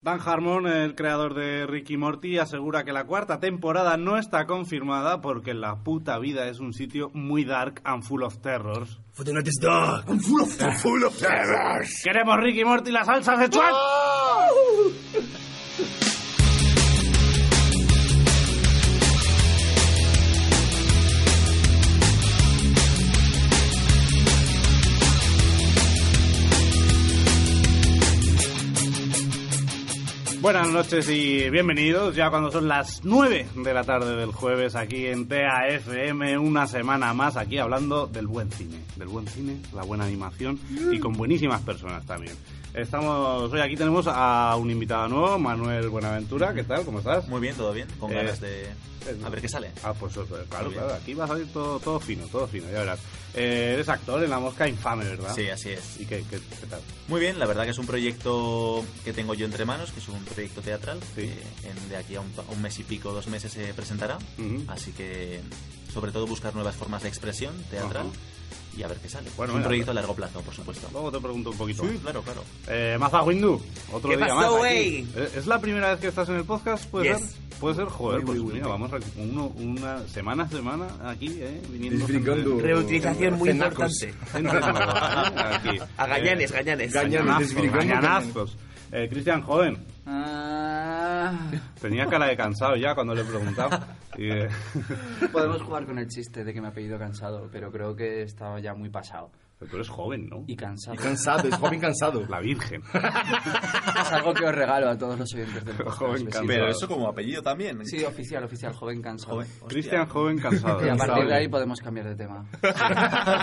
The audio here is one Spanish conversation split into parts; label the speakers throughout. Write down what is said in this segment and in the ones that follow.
Speaker 1: Dan Harmon, el creador de Ricky Morty, asegura que la cuarta temporada no está confirmada porque la puta vida es un sitio muy dark and full of terrors.
Speaker 2: The night is dark. I'm full of terror. full of terrors.
Speaker 1: ¡Queremos Ricky Morty la salsa sexual! Buenas noches y bienvenidos ya cuando son las 9 de la tarde del jueves aquí en TAFM, una semana más aquí hablando del buen cine, del buen cine, la buena animación y con buenísimas personas también. Estamos, hoy aquí tenemos a un invitado nuevo, Manuel Buenaventura, ¿qué tal? ¿Cómo estás?
Speaker 3: Muy bien, todo bien, con
Speaker 1: Eh,
Speaker 3: ganas de... A ver qué sale.
Speaker 1: Ah, pues eso, claro,
Speaker 3: Muy bien.
Speaker 1: claro, aquí va a salir todo, todo fino, todo fino, ya verás. Eh, eres actor en La Mosca Infame, ¿verdad?
Speaker 3: Sí, así es.
Speaker 1: ¿Y qué, qué, qué tal?
Speaker 3: Muy bien, la verdad que es un proyecto que tengo yo entre manos, que es un proyecto teatral,
Speaker 1: Sí.
Speaker 3: que en- de aquí a un, pa- un mes y pico, dos meses se presentará.
Speaker 1: Ujú.
Speaker 3: Así que, sobre todo, buscar nuevas formas de expresión teatral
Speaker 1: Ajá.
Speaker 3: y a ver qué sale.
Speaker 1: Bueno,
Speaker 3: es un
Speaker 1: venga, Oh,
Speaker 3: proyecto
Speaker 1: pues.
Speaker 3: a largo plazo, por supuesto.
Speaker 1: Luego te pregunto un poquito. más.
Speaker 3: Sí, claro, claro.
Speaker 1: Eh, Maza Windu, otro
Speaker 4: ¿Qué
Speaker 1: día
Speaker 4: pasó,
Speaker 1: más. aquí.
Speaker 4: güey?
Speaker 1: Eh, ¿Es la primera vez que estás en el podcast? ¿Puede
Speaker 4: Yes.
Speaker 1: ser? Puede ser, joder,
Speaker 2: Uy,
Speaker 1: pues
Speaker 2: uy, uy,
Speaker 1: mira,
Speaker 2: uy.
Speaker 1: vamos a- uno, una semana a semana aquí, eh, viniendo.
Speaker 2: Desbrigando.
Speaker 1: gente-
Speaker 4: Reutilización muy
Speaker 2: Cenacos.
Speaker 4: importante.
Speaker 1: gente nueva, eh, aquí.
Speaker 4: A gañanes, gañanes.
Speaker 2: gaña-
Speaker 1: Gañanazos,
Speaker 2: Desbrigando
Speaker 1: gañanazos. Eh, Cristian Joven,
Speaker 5: Ah,
Speaker 1: tenía cara de cansado ya cuando le preguntaba. Y, eh,
Speaker 5: podemos jugar con el chiste de que me ha pedido cansado, pero creo que estaba ya muy pasado.
Speaker 1: pero tú eres joven, ¿no?
Speaker 5: Y cansado.
Speaker 2: Y cansado, es joven cansado.
Speaker 1: La Virgen.
Speaker 5: Es algo que os regalo a todos los oyentes del podcast.
Speaker 1: Joven
Speaker 5: Besitos.
Speaker 1: Pero
Speaker 3: Pero eso como apellido también.
Speaker 5: Sí, oficial, oficial, joven cansado.
Speaker 3: Joven. Hostia.
Speaker 1: Cristian Joven cansado. ¿eh?
Speaker 5: Y a partir
Speaker 2: Cansado.
Speaker 5: de ahí podemos cambiar de tema.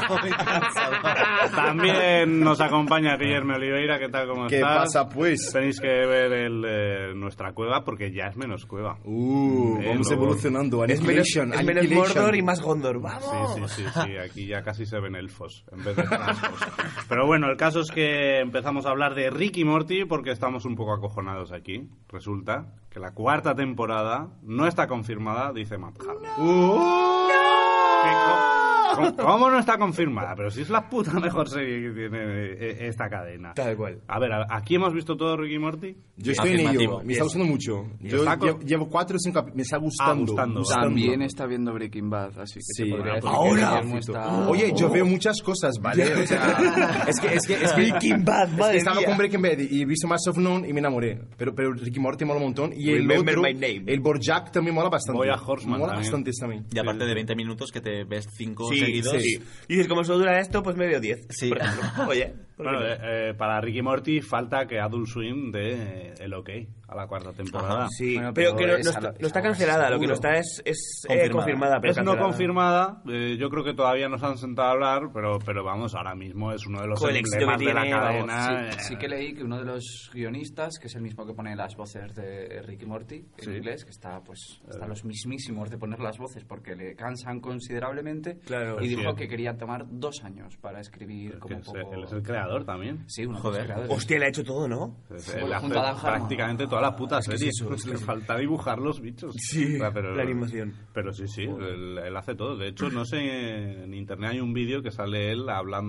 Speaker 3: Joven
Speaker 5: pues,
Speaker 3: cansado.
Speaker 1: También nos acompaña Guillermo Oliveira, ¿qué tal? ¿Cómo
Speaker 2: ¿Qué
Speaker 1: estás?
Speaker 2: pasa, pues?
Speaker 1: Tenéis que ver el, eh, nuestra cueva porque ya es menos cueva.
Speaker 2: Uh,
Speaker 1: Eh,
Speaker 2: vamos
Speaker 1: luego-
Speaker 2: evolucionando.
Speaker 4: Es menos,
Speaker 2: Annihilation.
Speaker 4: es menos
Speaker 2: annihilation.
Speaker 4: Mordor y más Gondor. ¡Vamos!
Speaker 1: Sí, sí, sí, sí, aquí ya casi se ven elfos en vez de trasgos. Pero bueno, el caso es que empezamos a hablar de Ricky Morty porque estamos un poco acojonados aquí. Resulta que la cuarta temporada no está confirmada, dice Matt Harmon. Que co- co- ¿Cómo no está confirmada? Pero si es la puta mejor serie que tiene eh, esta cadena.
Speaker 4: Tal cual.
Speaker 1: A ver, ¿a- ¿aquí hemos visto todo Ricky Morty?
Speaker 2: Yo estoy en
Speaker 3: Afirmativo.
Speaker 2: ello. Me está gustando mucho. Yo
Speaker 1: Está con-
Speaker 2: llevo, llevo cuatro o cinco. cap- Me está gustando.
Speaker 1: Ah, gustando.
Speaker 5: También está viendo Breaking Bad, así que
Speaker 2: Sí,
Speaker 5: se podría decir que
Speaker 2: ahora.
Speaker 5: Guillermo está-
Speaker 2: Oye, yo veo muchas cosas, ¿vale? O sea, es que, es que, es que.
Speaker 4: Breaking Bad,
Speaker 2: es que
Speaker 4: madre
Speaker 2: estaba
Speaker 4: mía.
Speaker 2: con Breaking Bad y he visto Mass of None y me enamoré. Pero, pero Ricky Morty mola un montón. Y el
Speaker 4: Remember
Speaker 2: otro,
Speaker 4: my name.
Speaker 2: el Borjak también mola bastante.
Speaker 1: Bojack Horseman
Speaker 2: Mola
Speaker 1: también.
Speaker 2: bastante también.
Speaker 3: Y aparte de 20 minutos que te ves 5
Speaker 4: Sí,
Speaker 3: seguidos.
Speaker 4: sí. Y dices, como solo dura esto, pues me veo 10.
Speaker 3: Sí.
Speaker 4: Por ejemplo. Oye. ¿por qué
Speaker 1: Bueno,
Speaker 4: no?
Speaker 1: eh, eh, para Ricky Morty falta que Adult Swim dé eh, el ok a la cuarta temporada.
Speaker 3: Ajá,
Speaker 4: Sí,
Speaker 5: Bueno,
Speaker 4: pero,
Speaker 5: pero
Speaker 4: que no, no
Speaker 5: esa-
Speaker 4: está,
Speaker 5: esa
Speaker 4: no está
Speaker 5: no,
Speaker 4: cancelada, lo que no
Speaker 5: seguro.
Speaker 4: está es, es eh, confirmada.
Speaker 3: Confirmada.
Speaker 4: pero
Speaker 1: es no
Speaker 4: cancelada.
Speaker 1: confirmada, eh, yo creo que todavía nos han sentado a hablar, pero, pero vamos, ahora mismo es uno de los
Speaker 4: Con el éxito
Speaker 1: emblemas
Speaker 4: que
Speaker 1: de
Speaker 4: tiene,
Speaker 1: la
Speaker 4: vamos,
Speaker 1: cadena. eh,
Speaker 5: Sí, sí que leí que uno de los guionistas, que es el mismo que pone las voces de Ricky Morty en
Speaker 1: Sí. Eh.
Speaker 5: inglés, que está pues están los mismísimos de poner las voces porque le cansan considerablemente,
Speaker 4: Claro.
Speaker 5: y
Speaker 1: Es
Speaker 5: dijo
Speaker 1: cierto.
Speaker 5: que quería tomar dos años para escribir
Speaker 1: que
Speaker 5: como un
Speaker 1: es,
Speaker 5: poco...
Speaker 1: él es el creador también.
Speaker 5: Sí, uno de los
Speaker 3: Joder.
Speaker 5: creadores.
Speaker 4: Hostia, le ha hecho todo, ¿no?
Speaker 1: Es-
Speaker 5: Sí,
Speaker 1: él eh,
Speaker 5: bueno,
Speaker 1: hace
Speaker 5: junto a Dan Harmon.
Speaker 1: prácticamente toda la puta
Speaker 4: Es que es
Speaker 1: serie.
Speaker 4: eso, es que
Speaker 1: Le
Speaker 4: sí.
Speaker 1: falta dibujar los bichos.
Speaker 4: Sí,
Speaker 1: O sea, pero-
Speaker 4: la animación.
Speaker 1: Pero sí, sí, él, él hace todo. De hecho, no sé, en internet hay un vídeo que sale él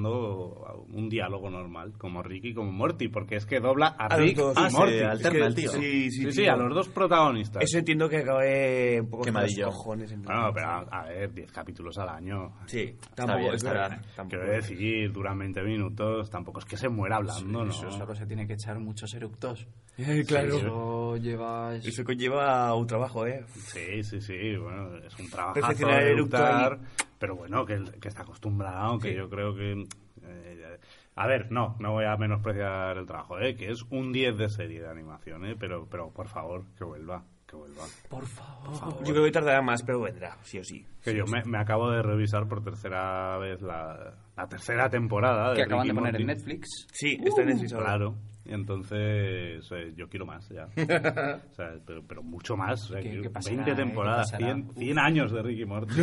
Speaker 1: hablando un diálogo normal, como Ricky y como Morty, porque es que dobla a,
Speaker 4: A los
Speaker 1: Rick
Speaker 4: dos.
Speaker 1: y
Speaker 4: Ah, sí,
Speaker 1: Morty.
Speaker 3: al- Alterna el tío.
Speaker 4: Sí, sí,
Speaker 1: Sí,
Speaker 4: tío.
Speaker 1: sí, a los dos protagonistas.
Speaker 4: Eso entiendo que acabé un poco hasta los
Speaker 3: Quemadillo.
Speaker 4: cojones. en-
Speaker 1: Bueno, pero a, a ver, 10 capítulos al año.
Speaker 4: Sí,
Speaker 3: Está bien,
Speaker 4: tampoco es
Speaker 3: está
Speaker 4: verdad.
Speaker 3: bien.
Speaker 4: tampoco.
Speaker 1: Quiero decir, duran 20 minutos, tampoco es que se muera hablando,
Speaker 5: Eso
Speaker 1: ¿no?
Speaker 5: solo se tiene que echar muchos eructos.
Speaker 4: Eh, claro.
Speaker 5: Eso lleva...
Speaker 4: Eso conlleva un trabajo, ¿eh?
Speaker 1: Sí, sí, sí, bueno, es un trabajazo
Speaker 4: Perfeccionar el eructo
Speaker 1: eructar, pero bueno, que, que está acostumbrado, que yo creo que... eh, a ver, no, no voy a menospreciar el trabajo, ¿eh? que es un 10 de serie de animación, ¿eh? pero, pero por favor, que vuelva, que vuelva.
Speaker 5: Por favor.
Speaker 4: Yo creo que tardará más, pero vendrá, sí o sí.
Speaker 1: Que yo me, me acabo de revisar por tercera vez la, la tercera temporada.
Speaker 5: Que acaban
Speaker 1: Rick y
Speaker 5: de poner en
Speaker 1: Morty.
Speaker 5: Netflix.
Speaker 1: Uh.
Speaker 4: Sí, está en Netflix ahora.
Speaker 1: Claro. Y entonces eh, yo quiero más ya. O sea, pero, pero mucho más. o sea,
Speaker 5: ¿Qué-
Speaker 1: quiero
Speaker 5: qué pasará,
Speaker 1: 20
Speaker 5: eh? ¿Qué
Speaker 1: temporadas,
Speaker 5: pasará?
Speaker 1: 100, 100 años de Ricky Morty.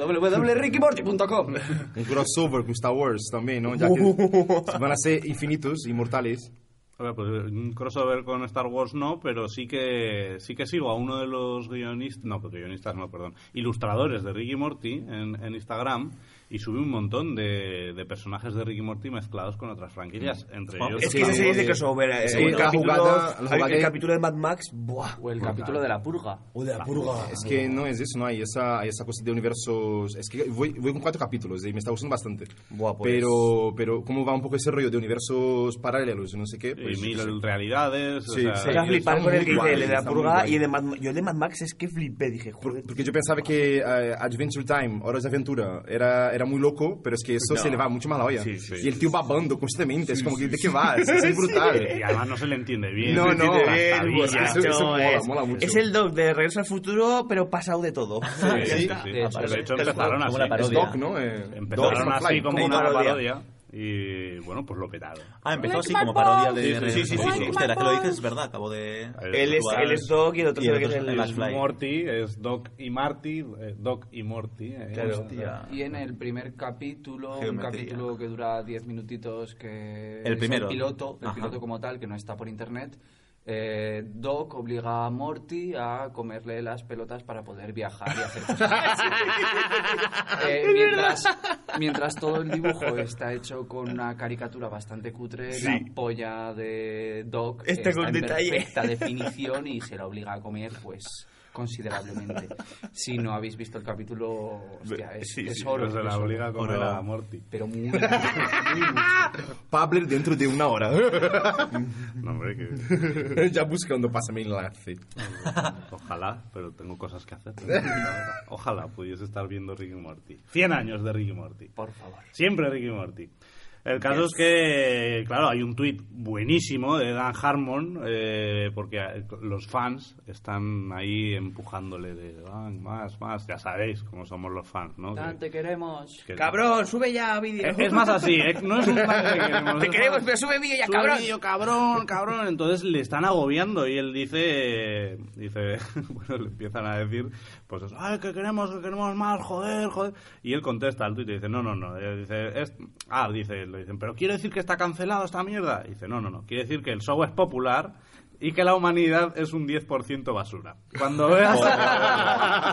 Speaker 5: www.rickymorty.com
Speaker 2: Un crossover con Star Wars también, ¿no? Ya que
Speaker 4: Uh.
Speaker 2: van a ser infinitos, inmortales.
Speaker 1: A ver, pues un crossover con Star Wars no, pero sí que sí que sigo a uno de los guionistas, no, pues guionistas no, perdón, ilustradores de Ricky Morty en, en Instagram y sube un montón de, de personajes de Ricky Morty mezclados con otras franquicias, entre ellos
Speaker 4: Es que
Speaker 1: Star
Speaker 4: esa serie
Speaker 1: Wars.
Speaker 4: es de crossover. eh,
Speaker 2: Sí,
Speaker 4: el
Speaker 2: cada
Speaker 4: capítulo-
Speaker 2: jugada- la
Speaker 4: hay-
Speaker 2: jugada
Speaker 4: El
Speaker 2: que-
Speaker 4: capítulo de Mad Max, ¡buah!
Speaker 5: O el capítulo de la purga.
Speaker 4: O de la purga.
Speaker 2: Es que no es eso, no hay esa, hay esa cosa de universos. Es que voy, voy con cuatro capítulos y me está gustando bastante.
Speaker 3: Buah, pues.
Speaker 2: Pero, pero, ¿cómo va un poco ese rollo de universos paralelos y no sé qué? Pues,
Speaker 1: y
Speaker 2: yo qué
Speaker 1: mil
Speaker 2: sé.
Speaker 1: realidades. o
Speaker 2: Sí,
Speaker 1: sea,
Speaker 2: sí.
Speaker 4: Era
Speaker 2: Está
Speaker 4: flipar con
Speaker 2: muy
Speaker 4: el que dice
Speaker 2: guay,
Speaker 4: el de la
Speaker 2: está muy
Speaker 4: purga
Speaker 2: guay.
Speaker 4: y el de Mad Max. Yo el de Mad Max es que flipé, dije, joder.
Speaker 2: Porque yo pensaba que eh, Adventure Time, Horas de Aventura, era, era muy loco, pero es que eso se le va mucho más a la olla.
Speaker 1: Sí, sí.
Speaker 2: Y el tío babando constantemente, es como que, ¿de qué va? Es, es brutal.
Speaker 1: Y además no se le entiende bien.
Speaker 2: No,
Speaker 1: Se
Speaker 2: no,
Speaker 1: entiende
Speaker 2: bien,
Speaker 1: hasta
Speaker 2: pues,
Speaker 1: Villa.
Speaker 2: eso- mola, mola mucho.
Speaker 4: es el Doc de Regreso al Futuro, pero pasado de todo.
Speaker 1: Sí, sí, sí. De hecho, empezaron
Speaker 3: como una
Speaker 1: así.
Speaker 2: Es
Speaker 3: parodia.
Speaker 2: Doc, ¿no? Eh,
Speaker 1: Empezaron
Speaker 2: Doc
Speaker 1: así
Speaker 2: McFly.
Speaker 1: como
Speaker 4: como
Speaker 1: una
Speaker 4: parodia.
Speaker 1: parodia. Y bueno, pues lo petaron.
Speaker 3: Ah, empezó así como parodia
Speaker 1: Sí,
Speaker 3: de...
Speaker 1: sí, sí, sí, sí.
Speaker 3: Hostia, ahora que lo dices, es verdad, acabo de...
Speaker 4: Él es, él es Doc y el otro
Speaker 3: Y el
Speaker 4: tío que es
Speaker 3: otro es
Speaker 4: el...
Speaker 3: Max Fly.
Speaker 1: Morty es Doc y Marty, eh, Doc y Morty. eh,
Speaker 4: Claro.
Speaker 3: Hostia.
Speaker 5: Y en el primer capítulo, un
Speaker 3: Geometría.
Speaker 5: capítulo que dura 10 minutitos, que
Speaker 3: El
Speaker 5: es
Speaker 3: primero.
Speaker 5: piloto, el
Speaker 3: Ajá.
Speaker 5: piloto como tal, que no está por internet, eh, Doc obliga a Morty a comerle las pelotas para poder viajar y hacer cosas. Eh, mientras, mientras todo el dibujo está hecho con una caricatura bastante cutre, la polla de Doc
Speaker 4: Está con
Speaker 5: en
Speaker 4: detalle.
Speaker 5: perfecta definición y se la obliga a comer, pues considerablemente. Si no habéis visto el capítulo, hostia, es,
Speaker 1: Sí,
Speaker 5: es
Speaker 1: sí,
Speaker 5: oro.
Speaker 1: pero se
Speaker 5: es
Speaker 1: la
Speaker 5: oro.
Speaker 1: obliga a comer
Speaker 3: Oro.
Speaker 1: a Morty.
Speaker 5: Pero muy, muy, mucho.
Speaker 2: Pablo dentro de una hora.
Speaker 1: No, hombre, que...
Speaker 2: ya buscando, pásame el enlace.
Speaker 1: Ojalá, pero tengo cosas que hacer. Ojalá pudiese estar viendo Ricky Morty. 100 años de Ricky Morty.
Speaker 5: Por favor.
Speaker 1: Siempre Ricky Morty. El caso es que, claro, hay un tuit buenísimo de Dan Harmon, eh, porque eh, los fans están ahí empujándole de Dan, más, más. Ya sabéis cómo somos los fans, ¿no?
Speaker 5: Dan,
Speaker 1: Que-
Speaker 5: te queremos.
Speaker 1: que-
Speaker 4: Cabrón, sube ya vídeo.
Speaker 1: Es, es más así, ¿eh? no es un fan que queremos.
Speaker 4: Te
Speaker 1: es
Speaker 4: queremos,
Speaker 1: más-
Speaker 4: pero sube vídeo ya,
Speaker 1: Sube
Speaker 4: cabrón.
Speaker 1: vídeo, cabrón, cabrón. Entonces le están agobiando y él dice, dice, bueno, le empiezan a decir, pues eso, ay, que queremos, que queremos más, joder, joder. Y él contesta al tuit y dice, no, no, no. Eh, dice, es- ah, dice, le dicen, pero quiere decir que está cancelado esta mierda. Y dice, no, no, no. Quiere decir que el show es popular. Y que la humanidad es un 10% basura. Cuando veas,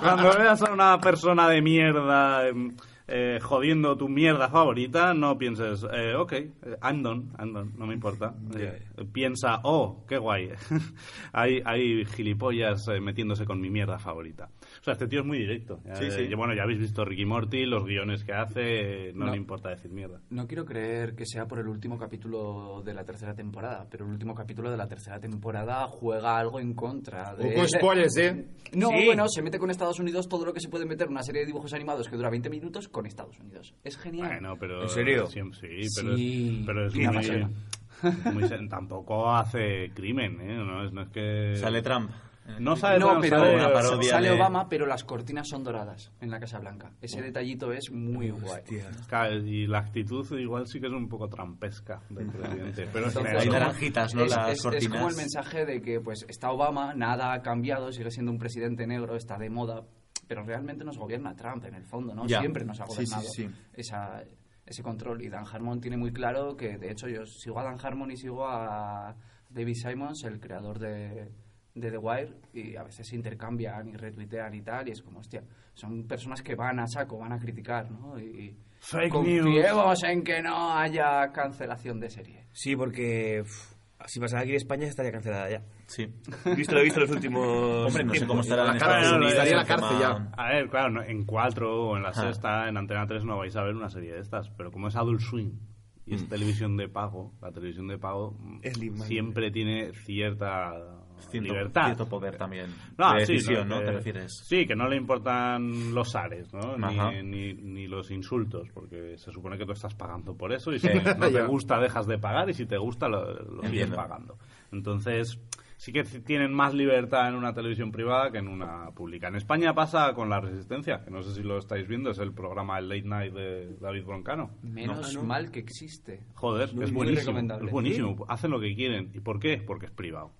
Speaker 1: cuando veas a una persona de mierda em, eh, jodiendo tu mierda favorita, no pienses, eh, ok, eh, I'm done, I'm done, no me importa. Eh, Piensa, oh, qué guay, hay, hay gilipollas eh, metiéndose con mi mierda favorita. O sea, este tío es muy directo. Ya,
Speaker 3: Sí, sí.
Speaker 1: eh, Bueno, ya habéis visto Ricky Morty, los guiones que hace, eh, no,
Speaker 5: No.
Speaker 1: le importa decir mierda.
Speaker 5: No quiero creer que sea por el último capítulo de la tercera temporada, pero el último capítulo de la tercera temporada juega algo en contra. De...
Speaker 2: O con spoilers, ¿eh?
Speaker 5: No,
Speaker 4: Sí.
Speaker 5: bueno, se mete con Estados Unidos todo lo que se puede meter en una serie de dibujos animados que dura 20 minutos con Estados Unidos. Es genial.
Speaker 1: Bueno, pero...
Speaker 4: ¿En serio?
Speaker 1: Sí, sí, pero,
Speaker 5: Sí.
Speaker 1: Es, pero es
Speaker 5: Y me
Speaker 1: muy...
Speaker 5: apasiona.
Speaker 1: muy sen- tampoco hace crimen, ¿eh? No es, no es que... Eh,
Speaker 3: Sale Trump.
Speaker 1: No sale
Speaker 5: no,
Speaker 1: Trump,
Speaker 5: pero
Speaker 1: sale-
Speaker 3: una parodia
Speaker 5: sale
Speaker 3: de-
Speaker 5: Obama, pero las cortinas son doradas en la Casa Blanca. Ese detallito es muy guay.
Speaker 1: Ca- Y la actitud igual sí que es un poco trampesca del presidente. Pero es
Speaker 5: Entonces,
Speaker 3: Hay
Speaker 1: general,
Speaker 3: naranjitas, ¿no?
Speaker 5: Es,
Speaker 3: Las
Speaker 5: es- es
Speaker 3: cortinas.
Speaker 5: como el mensaje de que pues está Obama, nada ha cambiado, sigue siendo un presidente negro, está de moda, pero realmente nos gobierna Trump en el fondo, ¿no?
Speaker 3: Ya.
Speaker 5: Siempre nos ha
Speaker 3: Sí, sí,
Speaker 5: gobernado
Speaker 3: sí.
Speaker 5: Esa, ese control. Y Dan Harmon tiene muy claro que, de hecho, yo sigo a Dan Harmon y sigo a David Simons, el creador de, de The Wire, y a veces se intercambian y retuitean y tal, y es como, hostia, son personas que van a saco, van a criticar, ¿no? Y
Speaker 1: Fake
Speaker 5: confiemos en que no haya cancelación de serie.
Speaker 4: Sí, porque uf, si pasara aquí en España estaría cancelada ya.
Speaker 3: Sí.
Speaker 4: Visto lo visto los últimos
Speaker 3: Hombre, no sé cómo
Speaker 4: tiempos.
Speaker 3: estará en
Speaker 2: La cárcel,
Speaker 3: Estados Unidos.
Speaker 2: estaría en la
Speaker 3: el tema-
Speaker 2: cárcel ya.
Speaker 1: A ver, claro, no- en 4 o en la
Speaker 3: Ajá.
Speaker 1: sexta, en Antena 3 no vais a ver una serie de estas, pero como es Adult Swing y es televisión de pago, la televisión de pago mm,
Speaker 4: Es libre.
Speaker 1: siempre tiene cierta
Speaker 3: Cierto,
Speaker 1: libertad.
Speaker 3: cierto poder también.
Speaker 1: No, eh,
Speaker 3: de
Speaker 1: sí,
Speaker 3: decisión, ¿no?
Speaker 1: que-
Speaker 3: ¿Te refieres?
Speaker 1: Sí, que no le importan los ares, ¿no?
Speaker 3: Ajá.
Speaker 1: Ni, ni- ni los insultos, porque se supone que tú estás pagando por eso y si no te
Speaker 2: Ya.
Speaker 1: gusta dejas de pagar y si te gusta lo, lo sigues
Speaker 3: Entiendo.
Speaker 1: pagando. Entonces, sí que tienen más libertad en una televisión privada que en una pública. En España pasa con La Resistencia, que no sé si lo estáis viendo, es el programa El Late Night de David Broncano.
Speaker 5: Menos mal que existe.
Speaker 1: Joder,
Speaker 5: Muy
Speaker 1: es buenísimo.
Speaker 5: recomendable.
Speaker 1: Es buenísimo. Hacen lo que quieren. ¿Y por qué? Porque es privado.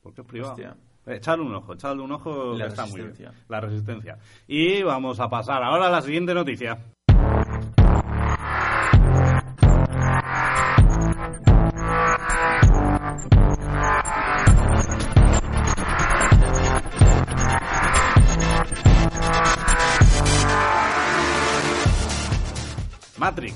Speaker 1: Porque es privado.
Speaker 3: Hostia.
Speaker 1: Eh, Echadle un ojo, echadle un ojo
Speaker 3: La
Speaker 1: que está muy bien.
Speaker 3: resistencia.
Speaker 1: La resistencia. Y vamos a pasar ahora a la siguiente noticia. Matrix.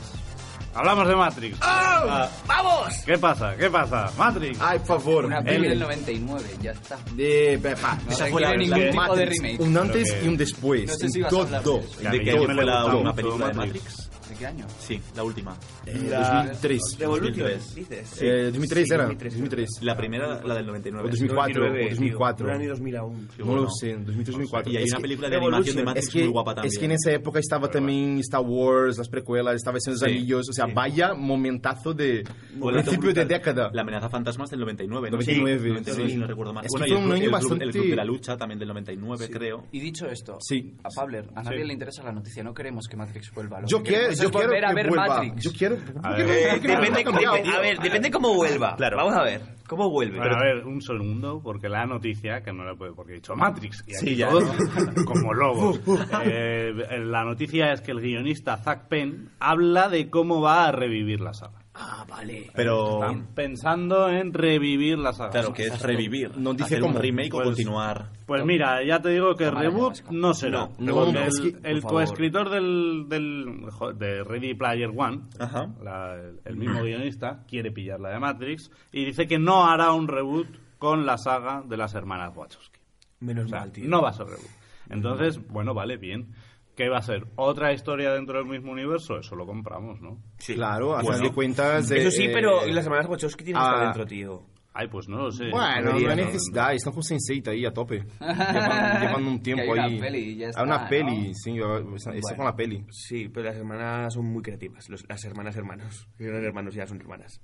Speaker 1: Hablamos de Matrix. Ah.
Speaker 4: ¡Vamos!
Speaker 1: ¿Qué pasa? ¿Qué pasa? Matrix.
Speaker 2: Ai, por favor.
Speaker 5: Una peli del 99, ya está.
Speaker 2: De, pa,
Speaker 5: No requiere ningún
Speaker 1: la-
Speaker 5: tipo de
Speaker 2: Matrix,
Speaker 5: remake.
Speaker 2: un Um antes
Speaker 1: Pero que-
Speaker 2: y un después.
Speaker 5: No sé si
Speaker 2: en
Speaker 5: vas a hablar de
Speaker 2: Um todo.
Speaker 5: eso.
Speaker 1: Que a
Speaker 3: ¿De
Speaker 1: mí
Speaker 3: qué
Speaker 1: no
Speaker 3: año
Speaker 1: me
Speaker 3: fue la
Speaker 1: gustó
Speaker 3: última
Speaker 1: mucho
Speaker 3: película de
Speaker 1: Matrix.
Speaker 3: Matrix?
Speaker 5: ¿De qué año?
Speaker 3: Sí, la última.
Speaker 2: Eh,
Speaker 4: La-
Speaker 2: 2003.
Speaker 4: Revolution,
Speaker 3: 2003.
Speaker 4: dices.
Speaker 2: Eh, 2003
Speaker 4: Sí,
Speaker 2: era.
Speaker 4: 2003.
Speaker 2: 2003.
Speaker 3: La primera, la del 99.
Speaker 2: O 2004
Speaker 4: 2009,
Speaker 2: o 2004.
Speaker 4: tío. No era ni 2001.
Speaker 3: Sí,
Speaker 2: No
Speaker 3: bueno.
Speaker 2: lo sé, 2003-2004.
Speaker 3: Y hay
Speaker 2: Es
Speaker 3: una
Speaker 2: que-
Speaker 3: película de
Speaker 4: Evolution.
Speaker 3: animación de Matrix
Speaker 2: Es que,
Speaker 3: muy guapa también.
Speaker 2: es que en esa época estaba también Star Wars, las precuelas, estaba Señor de los
Speaker 3: Sí,
Speaker 2: Anillos, o sea,
Speaker 4: sí.
Speaker 2: vaya momentazo de
Speaker 3: Fue la-
Speaker 2: principio de década.
Speaker 3: La amenaza fantasmas del 99, ¿no?
Speaker 2: 99,
Speaker 3: Sí, 99,
Speaker 2: sí.
Speaker 3: si no recuerdo mal.
Speaker 2: Es que
Speaker 3: Bueno, y
Speaker 2: fue
Speaker 3: el
Speaker 2: un
Speaker 3: club-
Speaker 2: año
Speaker 3: el club-
Speaker 2: bastante-
Speaker 3: El club de la lucha también del 99, creo.
Speaker 5: Y dicho esto,
Speaker 2: Sí.
Speaker 5: a Pabler, a nadie le interesa la noticia, no queremos que Matrix vuelva. Lo
Speaker 2: Yo
Speaker 5: que
Speaker 2: quiero,
Speaker 5: queremos
Speaker 2: yo
Speaker 5: es
Speaker 2: quiero
Speaker 5: volver a
Speaker 2: que
Speaker 5: ver
Speaker 2: vuelva.
Speaker 5: Matrix.
Speaker 2: Yo quiero.
Speaker 1: A
Speaker 2: ¿por qué
Speaker 1: ver.
Speaker 2: no- por qué no
Speaker 4: Depende,
Speaker 2: ha cambiado,
Speaker 4: depende-
Speaker 2: tío?
Speaker 4: a ver, depende cómo vuelva.
Speaker 3: Claro.
Speaker 4: Vamos a ver, ¿cómo vuelve?
Speaker 1: Bueno, a ver, un segundo, porque la noticia, que no la puedo, porque he dicho Matrix, y aquí
Speaker 3: Sí, ya, Uh,
Speaker 1: todos como lobos. Eh, la noticia es que el guionista Zack Penn habla de cómo va a revivir la saga.
Speaker 4: Ah, vale.
Speaker 3: Pero,
Speaker 1: Están pensando en revivir la saga.
Speaker 3: claro, que es revivir.
Speaker 2: No dice
Speaker 3: Hacer
Speaker 2: cómo.
Speaker 3: un remake
Speaker 1: Pues-
Speaker 3: o continuar.
Speaker 1: Pues mira, ya te digo que
Speaker 5: Cámara,
Speaker 1: reboot
Speaker 5: ya,
Speaker 1: no será.
Speaker 3: No,
Speaker 2: no,
Speaker 1: el
Speaker 2: no, es que-
Speaker 1: el
Speaker 2: por favor.
Speaker 1: coescritor del, del- jo- de Ready Player One,
Speaker 3: Ajá.
Speaker 1: la- el- el mismo guionista, quiere pillar la de Matrix y dice que no hará un reboot con la saga de las hermanas Wachowski.
Speaker 4: Menos
Speaker 1: O sea,
Speaker 4: mal, tío.
Speaker 1: no va a ser reboot. Entonces, bueno, vale, bien. ¿Qué va a ser? ¿Otra historia dentro del mismo universo? Eso lo compramos, ¿no?
Speaker 3: Sí.
Speaker 2: Claro, a
Speaker 3: Bueno,
Speaker 2: final de cuentas. eh,
Speaker 4: Eso sí, pero
Speaker 2: eh,
Speaker 4: las semanas Wachowski tienen que
Speaker 2: ah.
Speaker 4: estar dentro, tío.
Speaker 1: Ay, pues no lo sé.
Speaker 2: Bueno, no
Speaker 1: Debería,
Speaker 2: hay necesidad, están con Sense8 ahí a tope. Llevan, llevan un tiempo
Speaker 5: Que hay una
Speaker 2: ahí.
Speaker 5: peli y ya
Speaker 2: Hay una
Speaker 5: está,
Speaker 2: peli,
Speaker 5: ¿no?
Speaker 2: sí, yo- está está con la peli.
Speaker 4: Sí, pero las hermanas son muy creativas. los- las hermanas hermanos. Que eran hermanos ya son hermanas.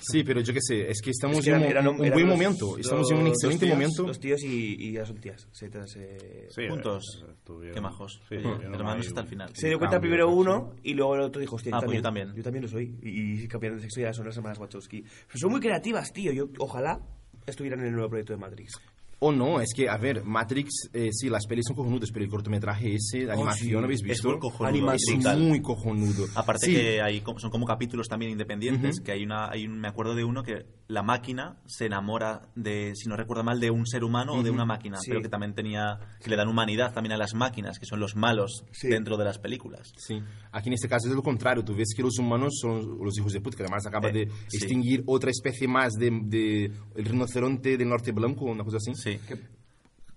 Speaker 2: Sí, pero yo qué sé, es que estamos
Speaker 4: Es que
Speaker 2: en
Speaker 4: eran-
Speaker 2: un,
Speaker 4: eran-
Speaker 2: un
Speaker 4: eran
Speaker 2: buen
Speaker 4: los-
Speaker 2: momento, estamos en
Speaker 4: los-
Speaker 2: un
Speaker 4: los
Speaker 2: excelente
Speaker 4: tíos-
Speaker 2: momento.
Speaker 4: Los tíos y, y ya son tías. Se, tras- se-
Speaker 1: Sí,
Speaker 3: Juntos.
Speaker 1: eh, estuvieron-
Speaker 3: Qué majos.
Speaker 1: Sí,
Speaker 3: Oye,
Speaker 1: estuvieron
Speaker 3: hermanos
Speaker 1: ahí
Speaker 3: hasta el
Speaker 1: un-
Speaker 3: final.
Speaker 4: se dio
Speaker 2: Ah,
Speaker 4: cuenta
Speaker 1: cambio,
Speaker 4: primero
Speaker 1: sí.
Speaker 4: uno y luego el otro dijo, hostia,
Speaker 3: Ah, pues yo también.
Speaker 4: Yo también lo soy. Y, y cambiaron de sexo y ya son las hermanas Wachowski. Pero son muy creativas, tío. Yo, ojalá estuvieran en el nuevo proyecto de Matrix.
Speaker 2: O no, es que, a ver, Matrix, eh, sí, las pelis son cojonudas, pero el cortometraje ese, la animación,
Speaker 4: Oh, sí,
Speaker 2: ¿habéis
Speaker 3: es
Speaker 2: visto?
Speaker 3: muy cojonudo,
Speaker 2: Animación,
Speaker 3: sí, tal.
Speaker 2: muy cojonudo.
Speaker 3: Aparte
Speaker 2: Sí,
Speaker 3: que hay, co- son como capítulos también independientes, que hay una, hay un, me acuerdo de uno que la máquina se enamora de, si no recuerdo mal, de un ser humano o de una máquina,
Speaker 4: Sí.
Speaker 3: pero que también tenía, que le dan humanidad también a las máquinas, que son los malos
Speaker 4: Sí.
Speaker 3: dentro de las películas.
Speaker 2: Sí. Aquí en este caso é es lo contrario, tú ves que los humanos son los hijos de puta, que además acaba
Speaker 3: Eh,
Speaker 2: de
Speaker 3: sí.
Speaker 2: extinguir otra especie más de, de- el rinoceronte del norte blanco, una cosa así.
Speaker 3: Sí.
Speaker 5: Que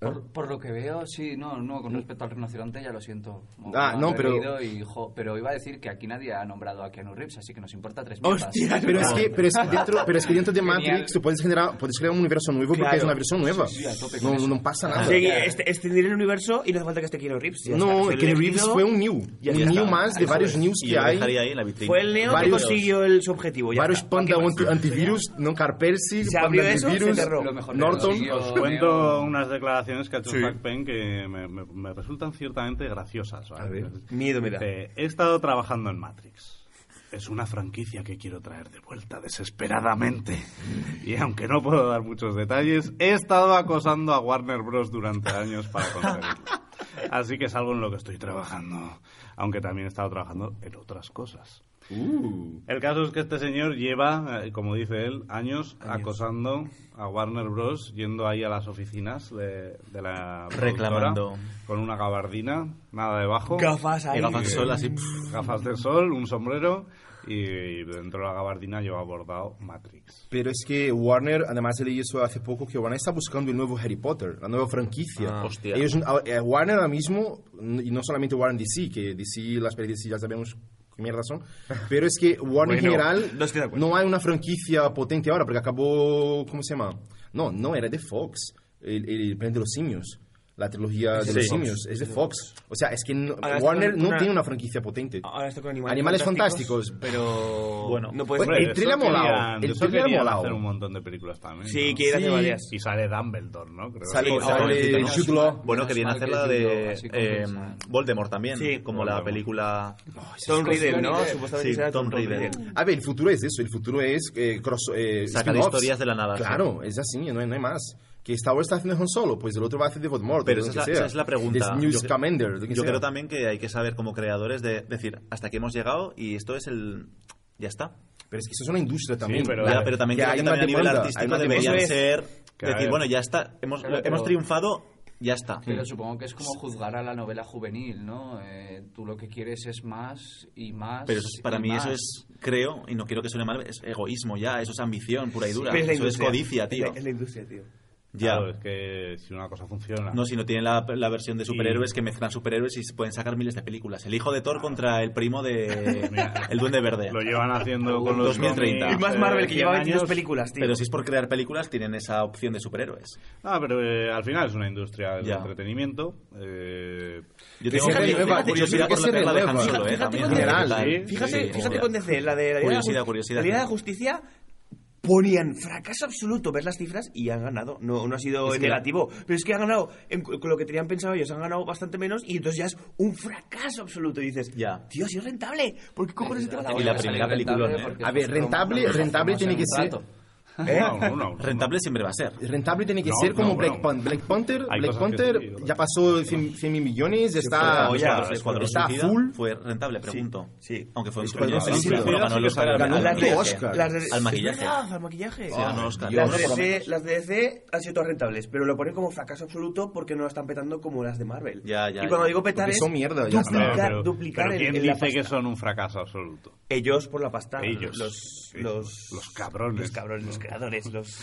Speaker 5: por, por lo que veo, sí, no, no, con respecto al rinoceronte ya lo siento. Mo-
Speaker 2: Ah,
Speaker 5: lo
Speaker 2: no, pero-
Speaker 5: reído y, jo, pero iba a decir que aquí nadie ha nombrado a Keanu Reeves, así que nos importa tres mierdas.
Speaker 4: Hostia,
Speaker 2: Pero es, que, pero, es que dentro, pero es que dentro de
Speaker 5: Genial.
Speaker 2: Matrix tú puedes, generar, puedes crear un universo nuevo porque
Speaker 4: Claro.
Speaker 2: es una versión nueva.
Speaker 5: sí, a tope con
Speaker 2: no,
Speaker 5: eso.
Speaker 2: no pasa nada.
Speaker 4: Sí, este- extender el universo y no hace falta que esté Keanu Reeves. ya está.
Speaker 2: Ah, No,
Speaker 4: Soy el
Speaker 2: Keanu Reeves
Speaker 4: elegido.
Speaker 2: fue un new.
Speaker 4: Ya
Speaker 2: un
Speaker 4: está.
Speaker 2: new más de
Speaker 4: Eso
Speaker 2: varios
Speaker 4: es.
Speaker 2: news
Speaker 3: Y
Speaker 2: que
Speaker 3: yo lo
Speaker 2: hay.
Speaker 3: dejaría ahí en la vitrina.
Speaker 4: Fue el neo
Speaker 2: Varios-
Speaker 4: que consiguió el, su objetivo. ya
Speaker 2: Varios
Speaker 4: está.
Speaker 2: Panda anti- antivirus, non carpersi,
Speaker 4: Se
Speaker 2: Panda
Speaker 4: abrió eso, se
Speaker 2: antivirus,
Speaker 4: cerró.
Speaker 5: Lo mejor de
Speaker 2: Norton.
Speaker 5: los
Speaker 1: Os
Speaker 5: Yo
Speaker 1: cuento
Speaker 5: veo-
Speaker 1: unas declaraciones que ha hecho
Speaker 2: Sí.
Speaker 1: Zack Penn que me, me- me resultan ciertamente graciosas. ¿vale?
Speaker 2: A ver.
Speaker 4: Miedo me da.
Speaker 1: Dice, he estado trabajando en Matrix. Es una franquicia que quiero traer de vuelta desesperadamente. Y aunque no puedo dar muchos detalles, he estado acosando a Warner Bros. durante años para conseguirlo. Así que es algo en lo que estoy trabajando. Aunque también he estado trabajando en otras cosas.
Speaker 2: Uh.
Speaker 1: El caso es que este señor lleva, eh, como dice él, años, acosando a Warner Bros. yendo ahí a las oficinas de, de la productora
Speaker 3: Reclamando.
Speaker 1: con una gabardina, nada debajo,
Speaker 4: Gafas ahí.
Speaker 3: Y gafas de sol así. pff,
Speaker 1: gafas de sol, un sombrero y dentro de la gabardina lleva bordado Matrix.
Speaker 2: Pero es que Warner, además leí eso hace poco, que Warner está buscando el nuevo Harry Potter, la nueva franquicia.
Speaker 3: Ah, hostia.
Speaker 2: Ellos, a- eh, Warner ahora mismo, n- y no solamente Warner DC, que DC, las pelis ya sabemos qué mierda son, pero es que Warner en
Speaker 4: Bueno,
Speaker 2: general
Speaker 4: no estoy de acuerdo.
Speaker 2: no hay una franquicia potente ahora, porque acabó, ¿cómo se llama? No, no, era de Fox, el, el Planeta de los Simios. la trilogía de los
Speaker 6: Sí.
Speaker 2: simios, es de Fox. O sea, es que no-
Speaker 4: Ahora está
Speaker 2: Warner
Speaker 4: con
Speaker 2: no
Speaker 4: una- Ah,
Speaker 2: tiene una franquicia potente.
Speaker 4: Ahora estoy con animales,
Speaker 2: Animales fantásticos.
Speaker 4: pero
Speaker 3: Bueno.
Speaker 4: no puedes
Speaker 2: Bueno, el thriller ha molado.
Speaker 1: Querían-
Speaker 2: El
Speaker 1: eso
Speaker 2: thriller ha
Speaker 1: querían hacer un
Speaker 2: molado.
Speaker 1: montón de películas también.
Speaker 4: Sí,
Speaker 1: ¿no?
Speaker 4: quiere hacer
Speaker 2: Sí.
Speaker 4: varias.
Speaker 1: Y sale Dumbledore, ¿no? Creo.
Speaker 2: Sale-
Speaker 3: Sí,
Speaker 2: sale
Speaker 3: pobrecito, ¿no?
Speaker 2: Jude Law.
Speaker 3: Bueno, querían
Speaker 5: Menos
Speaker 3: hacer
Speaker 5: mal
Speaker 3: la
Speaker 5: que Jude Law,
Speaker 3: de
Speaker 5: así
Speaker 3: eh,
Speaker 5: compensa.
Speaker 3: Voldemort también,
Speaker 4: Sí.
Speaker 3: como la
Speaker 1: Voldemort.
Speaker 3: película...
Speaker 4: Tom Riddle, ¿no?
Speaker 5: Riddle.
Speaker 4: Supuestamente
Speaker 3: Sí,
Speaker 4: será
Speaker 3: Tom Riddle.
Speaker 2: A ver, el futuro es eso, el futuro es eh, cross, eh,
Speaker 3: Sacar
Speaker 2: spin-offs.
Speaker 3: historias de la nada, sí.
Speaker 2: Claro, es así, no hay, no hay más. Que Star Wars está haciendo Han Solo, pues el otro va a hacer de Voldemort.
Speaker 3: Pero
Speaker 2: de lo
Speaker 3: esa es,
Speaker 2: que sea.
Speaker 3: la, esa es la pregunta.
Speaker 2: De New
Speaker 3: Yo-
Speaker 2: Scamander, de lo que
Speaker 3: Yo
Speaker 2: sea.
Speaker 3: creo también que hay que saber como creadores de decir, hasta aquí hemos llegado y esto es el... Ya está.
Speaker 2: Pero es que eso es una industria también.
Speaker 1: pero-
Speaker 3: Ya, pero también
Speaker 2: que
Speaker 3: creo que
Speaker 2: hay una
Speaker 3: también a nivel
Speaker 2: demanda, hay
Speaker 3: artístico
Speaker 2: una
Speaker 3: deberían
Speaker 2: demanda.
Speaker 3: ser...
Speaker 1: Claro.
Speaker 3: Decir, bueno, ya está, hemos,
Speaker 5: Claro,
Speaker 3: hemos
Speaker 5: pero-
Speaker 3: triunfado, ya está.
Speaker 5: Pero supongo que es como juzgar a la novela juvenil, ¿no? Eh, tú lo que quieres es más y más.
Speaker 3: Pero eso es- para
Speaker 5: y
Speaker 3: mí
Speaker 5: más.
Speaker 3: eso es, creo, y no quiero que suene mal, es egoísmo ya, eso es ambición pura y dura,
Speaker 4: Pero la
Speaker 3: eso es
Speaker 4: industria.
Speaker 3: codicia, tío.
Speaker 4: Es la, es la industria, tío.
Speaker 3: Ya.
Speaker 1: Claro, es que si una cosa funciona.
Speaker 3: No, si no tienen la, la versión de superhéroes que mezclan superhéroes y se pueden sacar miles de películas. El hijo de Thor contra el primo de El Duende Verde.
Speaker 1: Lo llevan haciendo con los
Speaker 3: 2030.
Speaker 1: cómics,
Speaker 3: Y
Speaker 4: Más
Speaker 1: eh,
Speaker 4: Marvel que
Speaker 1: 100
Speaker 4: lleva 22
Speaker 1: años.
Speaker 4: películas, tío.
Speaker 3: Pero si es por crear películas, tienen esa opción de superhéroes.
Speaker 1: Ah, pero eh, al final es una industria del
Speaker 3: Ya.
Speaker 1: entretenimiento. Eh,
Speaker 3: Yo
Speaker 2: Que
Speaker 3: tengo
Speaker 2: se
Speaker 3: curiosidad-
Speaker 2: renueva, tío,
Speaker 3: curiosidad
Speaker 2: que
Speaker 3: por
Speaker 2: se
Speaker 3: la perla de
Speaker 2: renueva.
Speaker 3: Han Solo, eh,
Speaker 4: Fíjate
Speaker 3: también.
Speaker 4: con-
Speaker 3: ¿qué tal?
Speaker 1: General,
Speaker 3: Sí,
Speaker 4: Fíjate,
Speaker 3: sí,
Speaker 4: fíjate
Speaker 3: joder.
Speaker 4: con DC, la de la Liga de la
Speaker 3: Curiosidad,
Speaker 4: Ju-
Speaker 3: curiosidad.
Speaker 4: La Liga de la Justicia ponían fracaso absoluto, ves las cifras y han ganado. No, no ha sido
Speaker 3: Es que la-
Speaker 4: negativo, pero es que han ganado, en- con lo que tenían pensado ellos, han ganado bastante menos y entonces ya es un fracaso absoluto. Y dices,
Speaker 3: Ya.
Speaker 4: tío, ha sido rentable, ¿por qué cojones se te va la
Speaker 3: Y
Speaker 5: voy
Speaker 3: la
Speaker 5: a
Speaker 4: olla?
Speaker 3: primera
Speaker 5: salir
Speaker 3: película,
Speaker 5: rentable
Speaker 3: ¿eh?
Speaker 5: porque
Speaker 2: A ver,
Speaker 5: nosotros
Speaker 2: rentable-
Speaker 5: nos
Speaker 2: rentable
Speaker 5: hacemos
Speaker 2: tiene
Speaker 5: en
Speaker 2: que
Speaker 5: un
Speaker 2: ser-
Speaker 5: rato.
Speaker 1: uno, uno, uno.
Speaker 3: Rentable siempre va a ser.
Speaker 2: Rentable tiene que
Speaker 1: No,
Speaker 2: ser como
Speaker 1: no,
Speaker 2: Black,
Speaker 1: bueno.
Speaker 2: Pan- Black Panther.
Speaker 1: Hay cosas
Speaker 2: Black
Speaker 1: que
Speaker 2: Panther
Speaker 1: sí, otras
Speaker 2: ya pasó 100 100 mil millones, está,
Speaker 3: Oye,
Speaker 2: está,
Speaker 3: el Escuadrón
Speaker 2: está
Speaker 3: Suicida
Speaker 2: full.
Speaker 3: fue rentable, pregunto.
Speaker 4: sí.
Speaker 3: Aunque fue un
Speaker 2: Escuadrón
Speaker 3: suicidio,
Speaker 2: Suicida.
Speaker 3: pero ganó el Oscar.
Speaker 2: Ganó
Speaker 3: al-
Speaker 2: un
Speaker 3: al maquillaje.
Speaker 2: Oscar. Ah,
Speaker 4: las de-
Speaker 3: Al maquillaje.
Speaker 4: Es verdad, al maquillaje.
Speaker 3: Sí, ganó Oscar.
Speaker 2: Dios.
Speaker 4: Las
Speaker 2: por lo
Speaker 4: de, DC,
Speaker 2: menos.
Speaker 4: las de DC han sido todas rentables, pero lo ponen como fracaso absoluto porque no lo están petando como las de Marvel.
Speaker 3: Ya, ya,
Speaker 4: y cuando
Speaker 3: ya.
Speaker 4: digo petar
Speaker 2: Porque
Speaker 4: es
Speaker 2: son mierda, ya.
Speaker 1: Hombre,
Speaker 4: duplicar,
Speaker 1: pero,
Speaker 4: duplicar
Speaker 1: pero
Speaker 4: el-
Speaker 1: ¿quién
Speaker 4: el- la
Speaker 1: dice que
Speaker 4: pasta.
Speaker 1: son un fracaso absoluto?
Speaker 4: Ellos por la pasta.
Speaker 1: Ellos.
Speaker 4: Los,
Speaker 1: Sí,
Speaker 4: los,
Speaker 1: los cabrones.
Speaker 4: Los cabrones, los creadores. Los...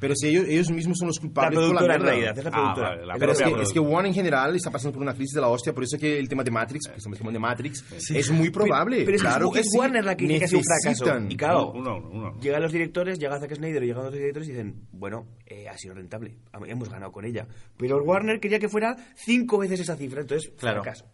Speaker 2: Pero si ellos, ellos mismos son los
Speaker 4: La
Speaker 2: culpables por la
Speaker 4: productora en
Speaker 2: mierda.
Speaker 4: realidad, es la
Speaker 1: Ah,
Speaker 4: productora.
Speaker 1: vale, la
Speaker 2: Pero es
Speaker 1: propia
Speaker 2: que, es que
Speaker 1: productora.
Speaker 2: Warner en general está pasando por una crisis de la hostia, por eso que el tema de Matrix, pues estamos hablando de Matrix, es muy probable.
Speaker 4: Pero, pero es, que
Speaker 2: claro
Speaker 4: es- es
Speaker 2: sí,
Speaker 4: Warner la que dice que ha sido un fracaso.
Speaker 2: necesitan.
Speaker 4: Y claro,
Speaker 1: Uno, uno, uno.
Speaker 4: llegan los directores, llega Zack Snyder, llegan los directores y dicen, bueno, eh, ha sido rentable, ha- hemos ganado con ella. Pero el Warner quería que fuera cinco veces esa cifra, entonces,
Speaker 3: Claro.
Speaker 4: fracaso.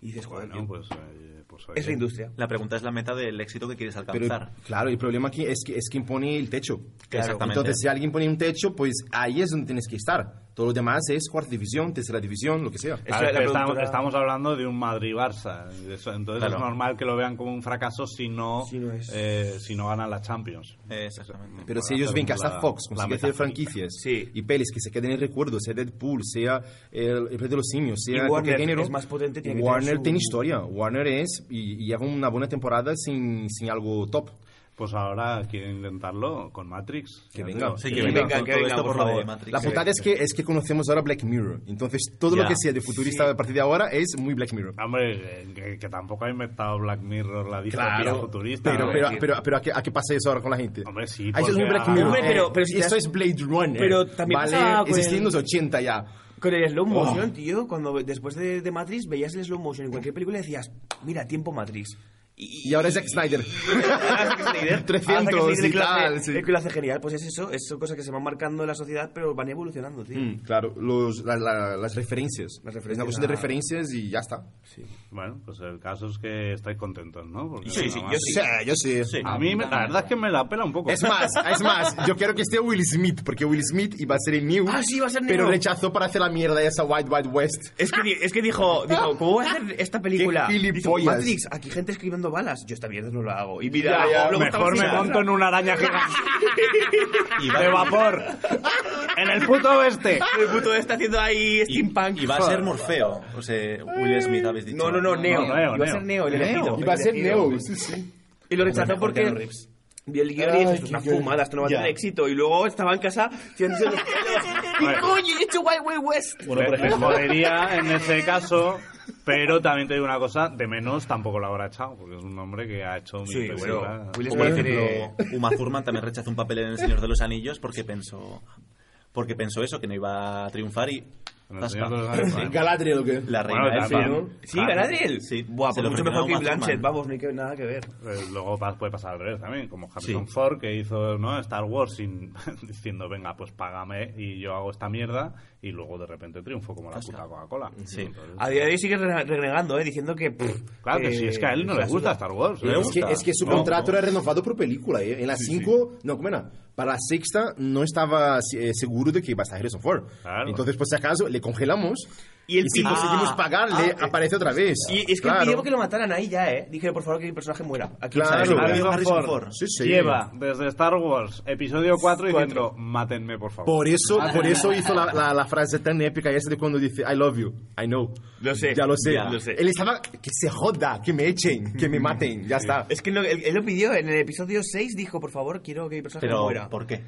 Speaker 4: Y dices, joder,
Speaker 1: Bueno,
Speaker 4: tío,
Speaker 1: pues, eh, pues,
Speaker 4: es la
Speaker 1: oye.
Speaker 4: industria.
Speaker 3: La pregunta es la meta del éxito que quieres
Speaker 2: Pero,
Speaker 3: alcanzar.
Speaker 2: claro, el problema aquí es que es quien pone el techo.
Speaker 3: Claro. Exactamente.
Speaker 2: Entonces, si alguien pone un techo, pues ahí es donde tienes que estar. Todo lo demás es cuarta división, tercera división, lo que sea.
Speaker 1: Claro,
Speaker 4: la-
Speaker 1: es que
Speaker 4: la
Speaker 1: estamos,
Speaker 4: productora-
Speaker 1: estamos hablando de un Madrid-Barça. y de eso, Entonces
Speaker 3: Claro.
Speaker 1: es normal que lo vean como un fracaso si no,
Speaker 4: Si no es-
Speaker 1: eh, si no ganan la Champions.
Speaker 3: Exactamente.
Speaker 2: Pero si
Speaker 1: Bueno,
Speaker 2: ellos ven que
Speaker 1: hacemos
Speaker 2: hasta
Speaker 1: la-
Speaker 2: Fox
Speaker 1: la
Speaker 2: consigue hacer
Speaker 1: metafórica.
Speaker 2: franquicias
Speaker 4: Sí.
Speaker 2: y pelis que se queden en el recuerdo, sea Deadpool, sea El el Rey de los Simios, sea
Speaker 4: Y
Speaker 2: cualquier
Speaker 4: Warner
Speaker 2: género,
Speaker 4: es más potente, tiene que
Speaker 2: Warner
Speaker 4: tener su-
Speaker 2: tiene historia. Warner es y, y lleva una buena temporada sin, sin algo top.
Speaker 1: Pues ahora quieren intentarlo con Matrix.
Speaker 2: Que
Speaker 1: Ya
Speaker 2: venga.
Speaker 1: digo,
Speaker 2: Sí,
Speaker 3: que
Speaker 4: que
Speaker 3: venga,
Speaker 4: venga,
Speaker 3: con
Speaker 4: que
Speaker 3: todo
Speaker 4: venga,
Speaker 3: esto
Speaker 4: por
Speaker 3: por, la de
Speaker 4: favor.
Speaker 3: Matrix.
Speaker 2: La putada es que, es que conocemos ahora Black Mirror. Entonces, todo
Speaker 3: Ya.
Speaker 2: lo que sea de futurista a partir de ahora es muy Black Mirror.
Speaker 1: Hombre, eh, que, que tampoco ha inventado Black Mirror la distopía futurista.
Speaker 2: Pero,
Speaker 1: ¿no?
Speaker 2: pero, pero, pero ¿a, qué, ¿a qué pasa eso ahora con la gente?
Speaker 1: Hombre, sí,
Speaker 2: Ah, eso es
Speaker 1: porque
Speaker 2: muy Black
Speaker 1: ahora-
Speaker 2: Mirror. Eh,
Speaker 4: Hombre, pero- pero si te
Speaker 2: Esto
Speaker 4: has-
Speaker 2: es Blade Runner.
Speaker 4: Pero también
Speaker 2: vale,
Speaker 4: pasaba con
Speaker 2: existía
Speaker 4: el-
Speaker 2: en los 80 ya.
Speaker 4: Con el slow motion, tío, cuando después de, de Matrix veías el slow motion en cualquier película y decías, mira, tiempo Matrix.
Speaker 2: Y ahora es Zack Snyder.
Speaker 4: Zack Snyder.
Speaker 2: 300
Speaker 4: Ah, Zack Snyder
Speaker 2: y
Speaker 4: que lo hace-
Speaker 2: tal, sí.
Speaker 4: que lo hace genial. Pues es eso, es- son cosas que se van marcando en la sociedad, pero van evolucionando, tío.
Speaker 2: Mm, claro, los, la- la- las referencias.
Speaker 4: Las
Speaker 2: Es una cuestión
Speaker 4: referencias a-
Speaker 2: de referencias y ya está.
Speaker 1: Bueno, pues el caso es que estáis contentos, ¿no? Porque
Speaker 4: Sí, sí,
Speaker 1: nada más-
Speaker 4: yo sí.
Speaker 2: yo sí.
Speaker 1: A mí me- la verdad es que me la pela un poco.
Speaker 2: Es más, es más, yo quiero que esté Will Smith, porque Will Smith iba a ser el New.
Speaker 4: Ah, sí, iba a ser
Speaker 2: Pero
Speaker 4: Neo.
Speaker 2: rechazó para hacer la mierda esa White White West.
Speaker 4: Es que, di- es que dijo, dijo, ¿cómo voy a hacer esta película?
Speaker 2: Qué
Speaker 4: Dijo,
Speaker 2: gilipollas.
Speaker 4: Matrix, aquí gente escribiendo balas. Yo esta mierda no la hago. Y mira,
Speaker 2: Ya, ya,
Speaker 4: luego estaba
Speaker 1: Mejor me
Speaker 4: así.
Speaker 1: monto en una araña gigante. de vapor. En el puto oeste.
Speaker 4: El puto está haciendo ahí
Speaker 3: Y-
Speaker 4: steampunk.
Speaker 3: Y va a ser Morfeo. O sea, Will Smith, habéis dicho.
Speaker 4: No, no, no, Neo.
Speaker 1: No, Neo,
Speaker 4: Iba a ser Neo, el elegido.
Speaker 2: Iba a ser
Speaker 4: El elegido.
Speaker 2: Neo, sí, sí.
Speaker 4: Y lo rechazó
Speaker 3: Mejor
Speaker 4: porque
Speaker 3: que Keanu Reeves.
Speaker 4: vio el guion y
Speaker 2: Ay,
Speaker 4: dijo, esto es
Speaker 2: qué
Speaker 4: una
Speaker 2: guion.
Speaker 4: fumada, esto no va a
Speaker 3: Ya.
Speaker 4: tener éxito. Y lugo estaba en casa tirándose los pelos.
Speaker 1: Bueno.
Speaker 4: ¿Qué coño he hecho Wild Wild West?
Speaker 1: Bueno, jodería en ese caso, pero también te digo una cosa, de menos tampoco lo habrá echado, porque es un hombre que ha hecho mil
Speaker 4: Sí,
Speaker 1: películas.
Speaker 4: bueno, Will
Speaker 3: Por
Speaker 4: Smith
Speaker 3: ejemplo,
Speaker 4: tiene...
Speaker 3: Uma Thurman también rechazó un papel en El Señor de los Anillos porque pensó porque pensó eso, que no iba a triunfar y
Speaker 1: En el
Speaker 3: Zasca.
Speaker 1: Señor de los Anillos, vale.
Speaker 2: Galadriel, ¿o qué?
Speaker 3: La reina
Speaker 1: Bueno,
Speaker 3: elfa,
Speaker 1: también.
Speaker 3: ¿no?
Speaker 4: Sí, Galadriel.
Speaker 3: Sí.
Speaker 4: Buah,
Speaker 3: Se
Speaker 4: pues
Speaker 3: lo regaló
Speaker 4: mucho mejor que
Speaker 3: Uma Thurman.
Speaker 4: Blanchett, vamos, no hay que- nada que ver.
Speaker 1: Eh, Luego pa- puede pasar al revés también, como Harrison
Speaker 3: Sí.
Speaker 1: Ford que hizo ¿no? Star Wars sin diciendo, venga, pues págame y yo hago esta mierda y luego de repente triunfo como la puta Coca-Cola.
Speaker 3: Sí.
Speaker 1: Entonces,
Speaker 4: A día de hoy sigue re- renegando, ¿eh? Diciendo que... pff,
Speaker 1: Claro que sí, es que a él no le
Speaker 4: basura.
Speaker 1: gusta Star Wars. ¿eh?
Speaker 2: Es é que,
Speaker 3: gusta.
Speaker 2: es que su
Speaker 3: No,
Speaker 2: contrato
Speaker 3: no.
Speaker 2: era renovado por película. eh. En la 5, no, ¿cómo era? Para la sexta no estaba eh, seguro de que iba a estar Harrison Ford.
Speaker 1: Claro.
Speaker 2: Entonces, pues si acaso, le congelamos
Speaker 4: Y
Speaker 2: y,
Speaker 4: él
Speaker 2: si
Speaker 4: pidió-
Speaker 2: conseguimos
Speaker 4: Ah,
Speaker 2: pagarle,
Speaker 4: ah,
Speaker 2: aparece otra vez.
Speaker 4: Y es que
Speaker 2: Claro.
Speaker 4: pidió que lo mataran ahí ya, ¿eh? Dije, por favor, que el personaje muera. Aquí
Speaker 2: Claro.
Speaker 4: ¿sabes?
Speaker 1: Harrison
Speaker 3: Harrison
Speaker 1: Ford
Speaker 3: Ford.
Speaker 2: Sí, sí.
Speaker 1: lleva desde Star Wars episodio 4 diciendo, mátenme por favor.
Speaker 2: Por eso, por eso hizo la, la- la frase tan épica esa de cuando dice I love you, I know.
Speaker 4: Lo sé,
Speaker 2: Ya lo sé.
Speaker 4: ya lo sé.
Speaker 2: Él estaba, que se joda, que me echen, que me maten, ya está.
Speaker 4: Es que no- él, él lo pidió en el episodio 6, dijo, por favor, quiero que mi personaje
Speaker 3: Pero,
Speaker 4: muera.
Speaker 3: ¿por qué?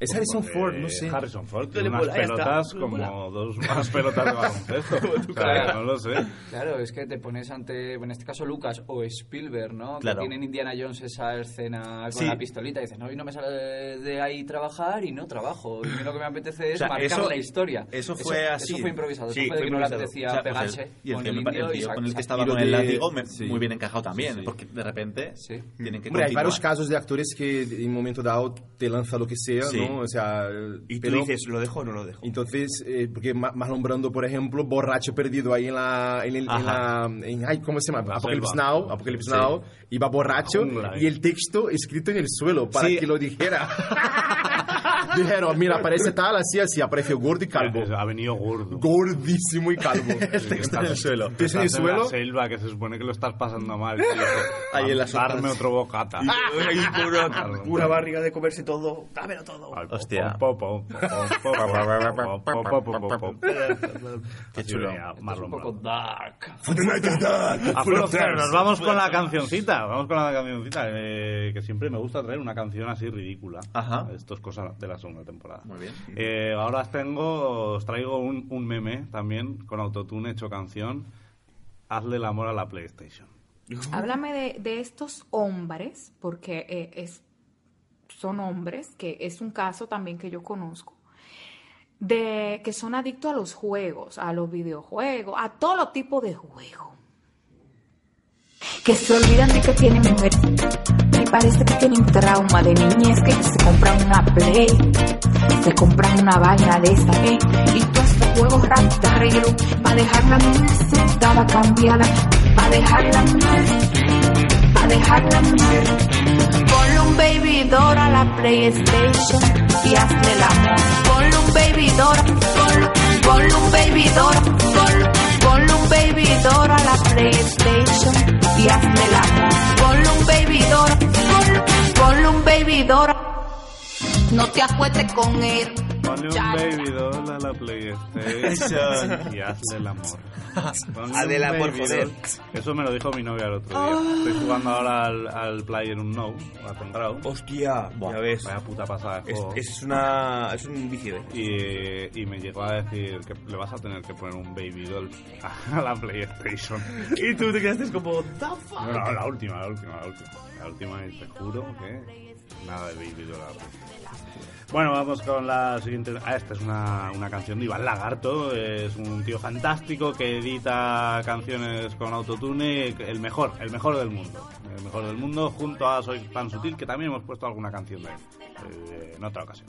Speaker 2: Es Harrison Ford, no sé.
Speaker 1: Harrison Ford tiene
Speaker 4: Le
Speaker 1: unas
Speaker 4: mola, ya está.
Speaker 1: pelotas
Speaker 4: Le
Speaker 1: como
Speaker 4: mola.
Speaker 1: dos más pelotas de baloncesto. O sea,
Speaker 5: cara.
Speaker 1: no lo sé.
Speaker 5: Claro, es que te pones ante, en este caso Lucas o Spielberg, ¿no?
Speaker 3: Claro.
Speaker 5: Que tienen Indiana Jones esa escena con
Speaker 3: Sí.
Speaker 5: la pistolita y dices, no, hoy no me sale de ahí trabajar y no trabajo. Y lo que me apetece es
Speaker 3: O sea,
Speaker 5: marcar
Speaker 3: eso-
Speaker 5: la historia.
Speaker 3: eso fue así.
Speaker 5: Eso fue improvisado.
Speaker 4: Sí,
Speaker 5: eso fue de
Speaker 4: fue
Speaker 5: que no le
Speaker 4: improvisado.
Speaker 5: apetecía
Speaker 3: O sea, pues
Speaker 5: pegarse
Speaker 3: el- y el
Speaker 5: con
Speaker 3: que,
Speaker 5: el
Speaker 3: me pare-
Speaker 5: indio
Speaker 3: el
Speaker 5: y
Speaker 3: tío
Speaker 5: sac-
Speaker 3: con el que
Speaker 5: sac-
Speaker 3: estaba
Speaker 2: y lo
Speaker 3: con el
Speaker 2: de-
Speaker 3: látigo me-
Speaker 2: sí.
Speaker 3: muy bien encajado también,
Speaker 2: Sí, sí.
Speaker 3: porque de repente
Speaker 5: Sí.
Speaker 3: tienen que
Speaker 2: Hombre, hay
Speaker 3: continuar.
Speaker 2: varios casos de actores que en un momento dado te lanza lo que sea,
Speaker 3: Sí.
Speaker 2: ¿no? O sea,
Speaker 4: Y tú
Speaker 2: pero-
Speaker 4: dices, ¿lo dejo o no lo dejo?
Speaker 2: Entonces, eh, porque Ma- Marlon Brando, por ejemplo, borracho perdido ahí en la. En el, en
Speaker 3: Ajá.
Speaker 2: la en- ay, ¿Cómo se llama?
Speaker 1: La
Speaker 2: Apocalypse
Speaker 1: selva.
Speaker 2: Now. Apocalypse
Speaker 3: Sí.
Speaker 2: Now. Iba borracho
Speaker 1: La jungla,
Speaker 2: y
Speaker 1: eh.
Speaker 2: el texto escrito en el suelo para
Speaker 3: Sí.
Speaker 2: que lo dijera. Dijeron, mira, aparece tal, así, así. Apareció gordo y calvo.
Speaker 1: Ha venido gordo.
Speaker 2: Gordísimo y calvo. el texto en el suelo. Texto en el
Speaker 1: Estás en
Speaker 2: suelo.
Speaker 1: la selva, que se supone que lo estás pasando mal. tío.
Speaker 2: Ahí en las
Speaker 1: Darme
Speaker 2: hojas.
Speaker 1: otro bocata.
Speaker 4: una, una barriga de comerse todo, dámelo todo.
Speaker 3: Hostia.
Speaker 1: Qué
Speaker 3: chulo.
Speaker 5: Es un poco dark.
Speaker 1: A Full of Stars, nos vamos con la cancioncita. Vamos con la cancioncita. eh, que siempre me gusta traer una canción así ridícula.
Speaker 3: Ajá.
Speaker 1: Esto es cosa de la segunda temporada.
Speaker 3: Muy bien.
Speaker 1: Eh, ahora os tengo, os traigo un, un meme también con autotune hecho canción. Hazle el amor a la PlayStation.
Speaker 6: Háblame de, de estos hombres, porque eh, es, son hombres, que es un caso también que yo conozco, de que son adictos a los juegos, a los videojuegos, a todos los tipos de juegos.
Speaker 7: que se olvidan de que tienen mujer y parece que tienen trauma de niñez que se compran una play se compran una vaina de esa ¿eh? y todos estos juegos rastareros para dejar la niña sentada cambiada para dejar la niña para dejar la niña Ponle un baby door a la PlayStation y hazle el amor. Ponle un baby door, ponle, ponle un baby door, ponle, ponle un baby door a la PlayStation y hazle el amor. Ponle un baby door, ponle, ponle un baby door. No te acuestes con él.
Speaker 1: Ponle un
Speaker 7: Ya.
Speaker 1: baby doll a la PlayStation y hazle el amor. Ponle
Speaker 4: Hazle el
Speaker 1: un
Speaker 4: amor,
Speaker 1: baby
Speaker 4: joder.
Speaker 1: doll. Eso me lo dijo mi novia el otro día. Estoy jugando ahora al, al Player No, a Tendrau.
Speaker 3: Oh.
Speaker 4: Hostia, ya ves.
Speaker 1: Vaya puta pasada de
Speaker 4: Es,
Speaker 1: juego.
Speaker 4: es una, es un vicio, ¿eh?
Speaker 1: Y, y me llegó a decir que le vas a tener que poner un baby doll a la PlayStation.
Speaker 4: Y tú te quedaste como, "Da fuck".
Speaker 1: No, no, la última, la última, la última. La última y te juro que nada de baby doll a la PlayStation. Bueno, vamos con la siguiente. Ah, esta es una, una canción de Iván Lagarto. Es un tío fantástico que edita canciones con autotune. El mejor, el mejor del mundo. El mejor del mundo junto a Soy tan sutil que también hemos puesto alguna canción de él eh, en otra ocasión.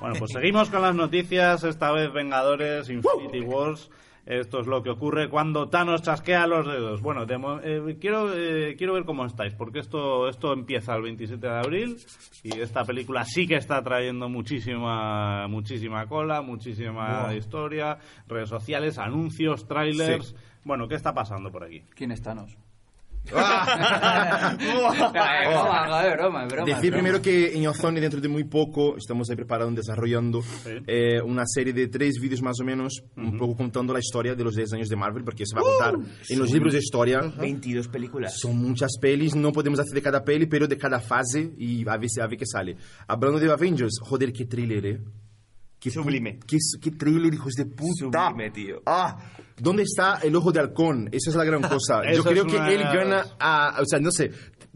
Speaker 1: Bueno, pues seguimos con las noticias, esta vez Vengadores, Infinity Wars. Esto es lo que ocurre cuando Thanos chasquea los dedos. Bueno, de mo- eh, quiero, eh, quiero ver cómo estáis, porque esto, esto empieza el 27 de abril y esta película sí que está trayendo muchísima, muchísima cola, muchísima historia, redes sociales, anuncios, trailers. Bueno, ¿qué está pasando por aquí?
Speaker 5: ¿Quién es Thanos? Es broma, es broma, es broma, es
Speaker 2: Decir
Speaker 5: broma.
Speaker 2: primero que en Ozone, dentro de muy poco, estamos ahí preparando, desarrollando eh, una serie de tres vídeos más o menos, un poco contando la historia de los 10 años de Marvel, porque se va a contar en los libros de historia.
Speaker 4: 22 películas.
Speaker 2: Son muchas pelis, no podemos hacer de cada peli, pero de cada fase y a ver, si- a ver qué sale. Hablando de Avengers, joder, qué thriller, ¿eh? Qué pu-
Speaker 4: Sublime.
Speaker 2: Qué, su- qué thriller, hijos de puta.
Speaker 4: Sublime, tío.
Speaker 2: Ah, ¿dónde está el ojo de halcón? Esa es la gran cosa. Yo
Speaker 1: Eso
Speaker 2: creo
Speaker 1: es
Speaker 2: que
Speaker 1: una de
Speaker 2: él
Speaker 1: las-
Speaker 2: gana a... O sea, no sé,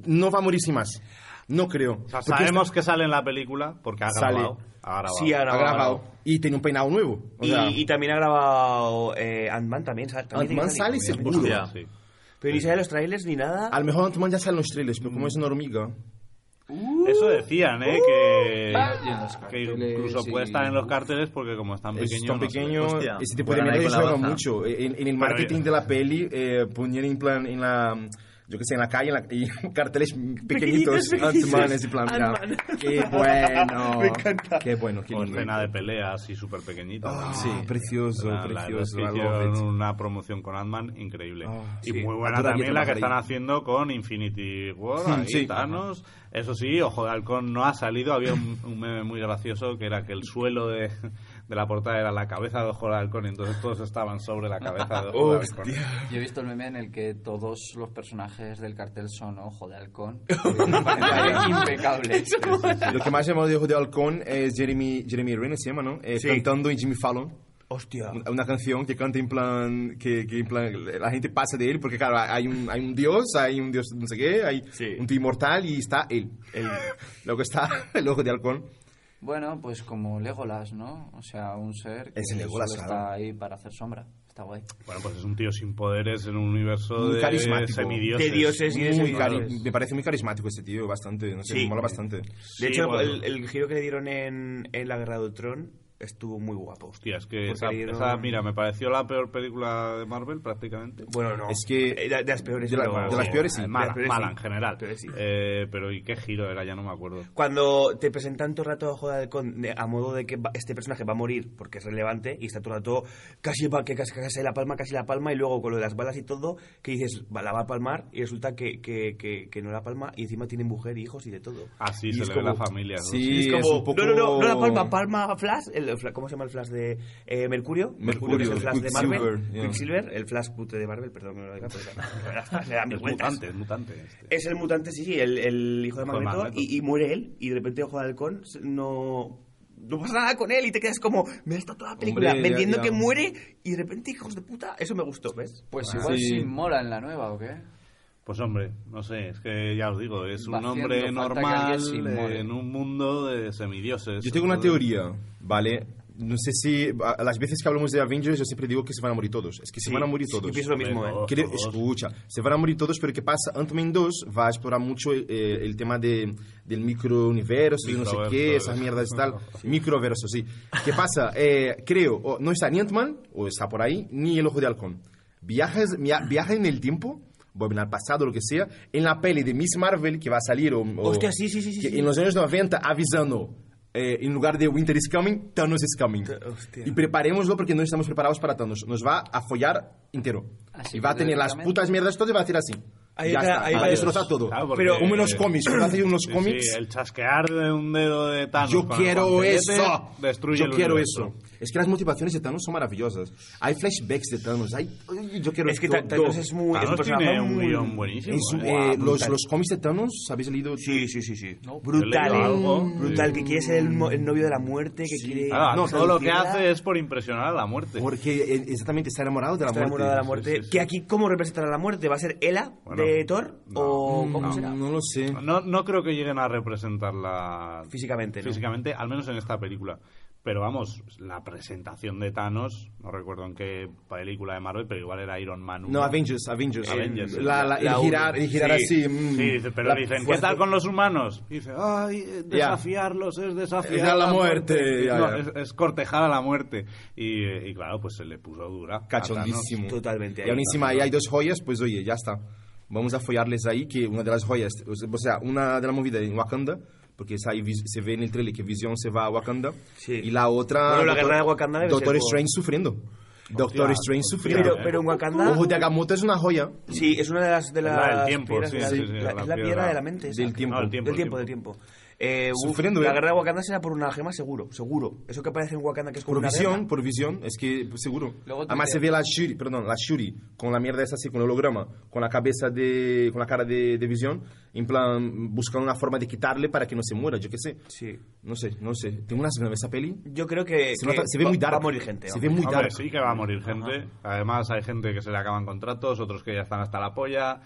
Speaker 2: no va a morir sin más. No creo.
Speaker 1: O sea,
Speaker 2: Porque
Speaker 1: sabemos que sale en la película porque ha
Speaker 2: Sale.
Speaker 1: grabado. Ha grabado.
Speaker 4: Sí, ha
Speaker 2: está- ha
Speaker 4: grabado.
Speaker 2: grabado. Y tiene un peinado nuevo. O
Speaker 4: Y,
Speaker 2: sea,
Speaker 4: y también ha grabado eh, Ant-Man también, ¿sabes? También
Speaker 2: Ant-Man
Speaker 4: tiene
Speaker 2: sale
Speaker 4: que salir.
Speaker 2: seguro.
Speaker 3: Hostia.
Speaker 1: Sí.
Speaker 4: Pero ni sale los trailers ni nada.
Speaker 2: A lo mejor Ant-Man ya sale en los trailers, pero
Speaker 1: Mm.
Speaker 2: como es una hormiga.
Speaker 4: Uh.
Speaker 1: Eso decían,
Speaker 2: Uh.
Speaker 1: ¿eh? Que,
Speaker 2: Ah.
Speaker 5: Y en los
Speaker 1: que
Speaker 5: carteles,
Speaker 1: incluso puede
Speaker 5: sí.
Speaker 1: estar en los carteles porque como es tan
Speaker 2: Es
Speaker 1: pequeño...
Speaker 2: tan
Speaker 1: no se ve.
Speaker 2: pequeño,
Speaker 3: Hostia.
Speaker 2: ese tipo de
Speaker 3: Juegan ahí
Speaker 2: medios
Speaker 3: con la
Speaker 2: juega
Speaker 3: baza.
Speaker 2: mucho. En, en el
Speaker 1: Pero
Speaker 2: marketing
Speaker 1: ya-
Speaker 2: de la peli, eh, ponían en plan, en la, yo que sé, en la calle, en la- y carteles pequeñitos,
Speaker 4: Pequeñitos,
Speaker 2: Ant-Man, ese plan. ya.
Speaker 4: Ant-Man.
Speaker 2: Qué bueno.
Speaker 4: Me encanta.
Speaker 2: Qué bueno, qué
Speaker 1: O
Speaker 2: lindo.
Speaker 1: escena de pelea así súper pequeñita.
Speaker 2: Ah,
Speaker 1: ¿no?
Speaker 2: sí, precioso,
Speaker 1: La- la verdad es
Speaker 2: precioso.
Speaker 1: que
Speaker 2: I love
Speaker 1: hicieron
Speaker 2: it.
Speaker 1: una promoción con Ant-Man increíble.
Speaker 2: Ah,
Speaker 1: y
Speaker 2: sí,
Speaker 1: muy buena
Speaker 2: adoraría
Speaker 1: también la que
Speaker 2: trabajar
Speaker 1: están
Speaker 2: ahí.
Speaker 1: haciendo con Infinity War,
Speaker 2: Mm,
Speaker 1: ahí,
Speaker 2: sí.
Speaker 1: Thanos. Eso sí, Ojo de Halcón no ha salido. Había un, un meme muy gracioso que era que el suelo de, de la portada era la cabeza de Ojo de Halcón. y Entonces todos estaban sobre la cabeza de Ojo de Halcón.
Speaker 5: Yo he visto el meme en el que todos los personajes del cartel son ojo de halcón. Me parecía impecable.
Speaker 2: Lo que más llamado de Ojo de Halcón es Jeremy, Jeremy Renner, se llama, ¿no? Eh, Cantando en Jimmy Fallon.
Speaker 4: Hostia.
Speaker 2: Una- Una canción que canta en plan, que, que en plan, la gente pasa de él, porque claro, hay un, hay un dios, hay un dios no sé qué, hay
Speaker 4: Sí.
Speaker 2: un tío inmortal y está él. El, luego está el ojo de halcón.
Speaker 5: Bueno, pues como Legolas, ¿no? O sea, un ser que
Speaker 2: Es Legolas,
Speaker 5: solo
Speaker 2: claro.
Speaker 5: está ahí para hacer sombra. Está guay.
Speaker 1: Bueno, pues es un tío sin poderes en un universo
Speaker 2: Muy
Speaker 1: de
Speaker 2: carismático.
Speaker 1: semidioses.
Speaker 4: De dioses. Sí, sí,
Speaker 2: Muy
Speaker 4: sí.
Speaker 2: cari- me parece muy carismático este tío, bastante, no sé,
Speaker 4: Sí.
Speaker 2: me mola bastante.
Speaker 4: De
Speaker 1: Sí,
Speaker 4: hecho,
Speaker 1: bueno.
Speaker 4: el, el giro que le dieron en, en la Guerra de Ultron estuvo muy guapo.
Speaker 1: Hostia, es que
Speaker 4: Porque
Speaker 1: esa,
Speaker 4: le dieron-
Speaker 1: esa, mira, me pareció la peor película de Marvel prácticamente.
Speaker 4: Bueno, no.
Speaker 2: Es que-
Speaker 4: Eh, De, de las peores.
Speaker 2: de la-
Speaker 4: pero-
Speaker 2: de las peores, sí.
Speaker 4: de las
Speaker 1: Mala,
Speaker 4: peores,
Speaker 1: mala
Speaker 4: sí.
Speaker 1: en general.
Speaker 4: Pero sí.
Speaker 1: Eh, pero ¿y qué giro era? Ya no me acuerdo.
Speaker 4: Cuando te presentan todo el rato a Ojo de Halcón de- a modo de que va- este personaje va a morir porque es relevante y está todo el rato casi va, que casi, casi la palma, casi la palma y luego con lo de las balas y todo, que dices, va- la va a palmar y resulta que, que, que, que no la palma y encima tiene mujer, hijos y de todo.
Speaker 1: Así
Speaker 2: Y
Speaker 1: se
Speaker 2: es
Speaker 1: le ve la
Speaker 2: como-
Speaker 1: familia. ¿no?
Speaker 2: Sí,
Speaker 4: Y Ah, es como,
Speaker 2: es un poco-
Speaker 4: no, no, no, no la palma, palma Flash, el fla- ¿cómo se llama el Flash de eh, Mercurio?
Speaker 2: Mercurio,
Speaker 4: que es el Flash de Marvel,
Speaker 2: Quicksilver, yeah.
Speaker 4: Quicksilver, el Flash putre de Marvel, perdón que me lo diga, pero le da mil
Speaker 1: Es
Speaker 4: vueltas.
Speaker 1: mutante, es mutante. este.
Speaker 4: Es el mutante, sí, sí, el, el hijo
Speaker 1: Hijo
Speaker 4: de
Speaker 1: de
Speaker 4: Magneto,
Speaker 1: Magneto.
Speaker 4: Y, y muere él, y de repente Ojo de Halcón se- no... No pasa nada con él y te quedas como, me está toda la película
Speaker 2: Hombre, ya,
Speaker 4: vendiendo
Speaker 2: ya.
Speaker 4: que muere y de repente, hijos de puta, eso me gustó, ¿ves?
Speaker 5: Pues
Speaker 2: Ah,
Speaker 5: igual
Speaker 2: sí.
Speaker 5: sí mola en la nueva, ¿o qué?
Speaker 1: Pues hombre, no sé, es que ya os digo, es un
Speaker 5: Va haciendo
Speaker 1: hombre
Speaker 5: falta que
Speaker 1: normal
Speaker 5: alguien se
Speaker 1: eh,
Speaker 5: inmole.
Speaker 1: en un mundo de semidioses.
Speaker 2: Yo tengo una
Speaker 1: Entonces,
Speaker 2: teoría, ¿vale? No sé si, a- las veces que hablamos de Avengers, yo siempre digo que se van a morir todos. Es que se van a morir todos.
Speaker 4: Yo pienso lo mismo, ¿eh?
Speaker 1: Todos,
Speaker 2: Creo-
Speaker 1: todos.
Speaker 2: escucha, se van a morir todos, pero ¿qué pasa? Ant-Man 2 va a explorar mucho eh, el tema de, del microuniverso y no sé
Speaker 1: Microverso,
Speaker 2: qué,
Speaker 1: eh.
Speaker 2: esas mierdas y tal. Microverso, sí. ¿Qué pasa? Eh, creo, o no está ni Ant-Man, o está por ahí, ni el Ojo de Halcón. Viajas, mia- viaja en el tiempo, vuelven al pasado, lo que sea, en la peli de Miss Marvel que va a salir. O, o-
Speaker 4: Hostia, sí, sí, sí, sí,
Speaker 2: que
Speaker 4: sí.
Speaker 2: En los años 90, avisando. eh, en lugar de Winter is coming, Thanos is coming.
Speaker 4: hostia.
Speaker 2: Y preparémoslo porque no estamos preparados para Thanos. Nos va a follar entero.
Speaker 5: Así
Speaker 2: y va a tener las
Speaker 5: prácticamente.
Speaker 2: putas mierdas todo y va a hacer así. assim.
Speaker 4: Ahí
Speaker 2: ya
Speaker 4: está,
Speaker 2: está,
Speaker 4: ahí
Speaker 2: va
Speaker 4: va.
Speaker 2: a destrozar todo.
Speaker 1: Claro, porque-
Speaker 2: Pero como en los cómics, cuando hacen unos
Speaker 1: sí,
Speaker 2: cómics,
Speaker 1: sí, el chasquear de un dedo de Thanos.
Speaker 2: yo
Speaker 1: con el
Speaker 2: quiero
Speaker 1: guantelete
Speaker 2: eso.
Speaker 1: Destruye
Speaker 2: yo
Speaker 1: el
Speaker 2: quiero
Speaker 1: universo.
Speaker 2: eso. Es que las motivaciones de Thanos son maravillosas. Hay flashbacks de Thanos. Hay, ay, yo quiero
Speaker 4: Es que
Speaker 2: todo.
Speaker 4: Ta- Thanos es muy... es un
Speaker 1: Thanos
Speaker 4: personaje
Speaker 1: tiene un
Speaker 4: muy-
Speaker 1: guión buenísimo.
Speaker 2: Es,
Speaker 1: ¿eh?
Speaker 2: eh, los, los cómics de Thanos, ¿habéis leído?
Speaker 4: Sí, sí, sí, sí.
Speaker 1: Yo he
Speaker 4: Brutal,
Speaker 1: leído algo,
Speaker 4: ¿eh? brutal,
Speaker 1: sí.
Speaker 4: que quiere ser el, mo- el novio de la muerte, que quiere...
Speaker 1: Ah,
Speaker 2: No,
Speaker 1: todo lo que
Speaker 4: seducirla.
Speaker 1: hace es por impresionar a la muerte.
Speaker 2: Porque eh, exactamente está enamorado de la
Speaker 4: Está
Speaker 2: muerte.
Speaker 4: enamorada de la muerte.
Speaker 1: sí, sí.
Speaker 4: Que aquí, ¿cómo representará la muerte? ¿Va a ser Ela
Speaker 1: Bueno,
Speaker 4: de Thor?
Speaker 1: no, Mm,
Speaker 4: ¿O cómo
Speaker 2: Mm, No,
Speaker 4: será?
Speaker 2: no lo sé.
Speaker 1: No, no creo que lleguen a representarla
Speaker 4: Físicamente, ¿no?
Speaker 1: físicamente, al menos en esta película. Pero vamos, la presentación de Thanos, no recuerdo en qué película de Marvel, pero igual era Iron Man 1.
Speaker 2: No, Avengers, Avengers.
Speaker 1: Avengers.
Speaker 2: La- la-
Speaker 4: La
Speaker 2: el girar,
Speaker 4: uno.
Speaker 2: el girar
Speaker 4: Sí.
Speaker 2: así. mm,
Speaker 1: Sí, dice, pero
Speaker 2: la
Speaker 1: dicen, ¿qué
Speaker 2: fuerza-
Speaker 1: tal con los humanos? Y dice, ay, eh, desafiarlos es desafiar
Speaker 2: Es a la muerte, ya,
Speaker 1: No,
Speaker 2: ya.
Speaker 1: Es, es cortejar a la muerte. Y, eh, y claro, pues se le puso dura. a
Speaker 2: Cachondísimo.
Speaker 4: Totalmente.
Speaker 2: Y aún encima ahí hay dos joyas, pues oye, ya está. Vamos a follarles ahí que una de las joyas, o sea, una de la movida en Wakanda, porque es ahí vis- se ve en el trailer que Vision se va a Wakanda,
Speaker 4: Sí.
Speaker 2: y la otra...
Speaker 4: Bueno, la guerra de Wakanda debe
Speaker 2: Doctor
Speaker 4: ser por-
Speaker 2: Strange sufriendo. Doctor Strange sufriendo.
Speaker 4: Pero, pero en Wakanda.
Speaker 2: Ojo de Agamotto es una joya.
Speaker 4: Sí, es una de las. De
Speaker 1: la
Speaker 4: las
Speaker 1: del tiempo,
Speaker 4: piedras
Speaker 1: sí,
Speaker 4: de la-
Speaker 1: sí, sí,
Speaker 4: la-
Speaker 1: la
Speaker 4: es
Speaker 1: piedra
Speaker 4: la piedra de la mente. esa.
Speaker 2: del tiempo.
Speaker 1: No, el tiempo,
Speaker 4: Del
Speaker 1: el
Speaker 4: tiempo,
Speaker 1: tiempo.
Speaker 4: del tiempo. Eh, uf,
Speaker 2: Sufriendo,
Speaker 4: la
Speaker 2: eh.
Speaker 4: guerra de Wakanda será por una gema, seguro, seguro. Eso que aparece en Wakanda que es como
Speaker 2: Por
Speaker 4: una
Speaker 2: visión,
Speaker 4: verga.
Speaker 2: por visión, es que pues, seguro.
Speaker 5: Luego te
Speaker 2: Además
Speaker 5: diré.
Speaker 2: se ve la Shuri, perdón, la Shuri con la mierda esa así, con el holograma, con la cabeza de, con la cara de, de visión, en plan buscando una forma de quitarle para que no se muera, yo qué sé.
Speaker 4: Sí.
Speaker 2: No sé, no sé. Tengo unas ganas de esa peli.
Speaker 4: Yo creo que.
Speaker 2: Se,
Speaker 4: Eh, que
Speaker 2: nota- se ve
Speaker 4: va-
Speaker 2: muy dark.
Speaker 4: Va a morir gente.
Speaker 2: Se
Speaker 4: vamos.
Speaker 2: ve muy
Speaker 1: Hombre,
Speaker 2: dark.
Speaker 1: sí que va a morir gente. Además, hay gente que se le acaban contratos, otros que ya están hasta la polla.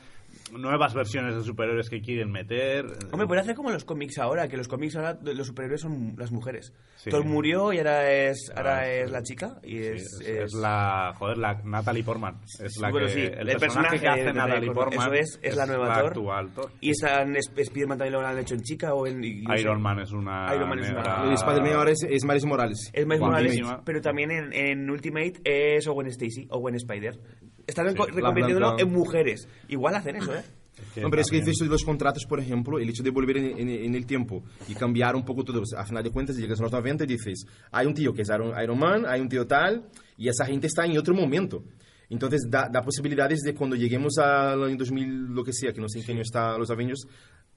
Speaker 1: nuevas versiones de superhéroes que quieren meter.
Speaker 4: Hombre, pues, puede hacer como los cómics ahora, que los cómics ahora los superhéroes son las mujeres.
Speaker 1: Sí.
Speaker 4: Thor murió y ahora es ahora
Speaker 1: Ah, sí.
Speaker 4: es la chica y
Speaker 1: Sí,
Speaker 4: es,
Speaker 1: es, es la joder la Natalie Portman es la
Speaker 4: bueno,
Speaker 1: que,
Speaker 4: sí,
Speaker 1: el, personaje, que
Speaker 4: de-
Speaker 1: hace
Speaker 4: de-
Speaker 1: Natalie Portman
Speaker 4: eso es, es la nueva Thor.
Speaker 1: actual Thor.
Speaker 4: Y están es- Spiderman también lo han hecho en chica o en y- y-
Speaker 1: Iron Man es una
Speaker 4: Iron Man es una-
Speaker 1: negra-
Speaker 4: Ah.
Speaker 2: El Spider-Man ahora es, es Miles Morales.
Speaker 4: Es Miles Morales,
Speaker 1: Guapísima.
Speaker 4: pero también en, en Ultimate es Owen Stacy, Owen Spider. Están reco-
Speaker 2: la
Speaker 4: reconvirtiéndolo
Speaker 2: blanca.
Speaker 4: en mujeres. Igual hacen eso, ¿eh?
Speaker 1: que
Speaker 2: No, pero es que
Speaker 1: también-
Speaker 2: el hecho de los contratos, por ejemplo, el hecho de volver en, en- en el tiempo y cambiar un poco todo. O sea, a final de cuentas, llegas a los 90 y dices, hay un tío que es Iron, Iron Man, hay un tío tal, y esa gente está en otro momento. Entonces, da, da posibilidades de cuando lleguemos al año 2000, lo que sea, que no sé en qué año está los Avengers,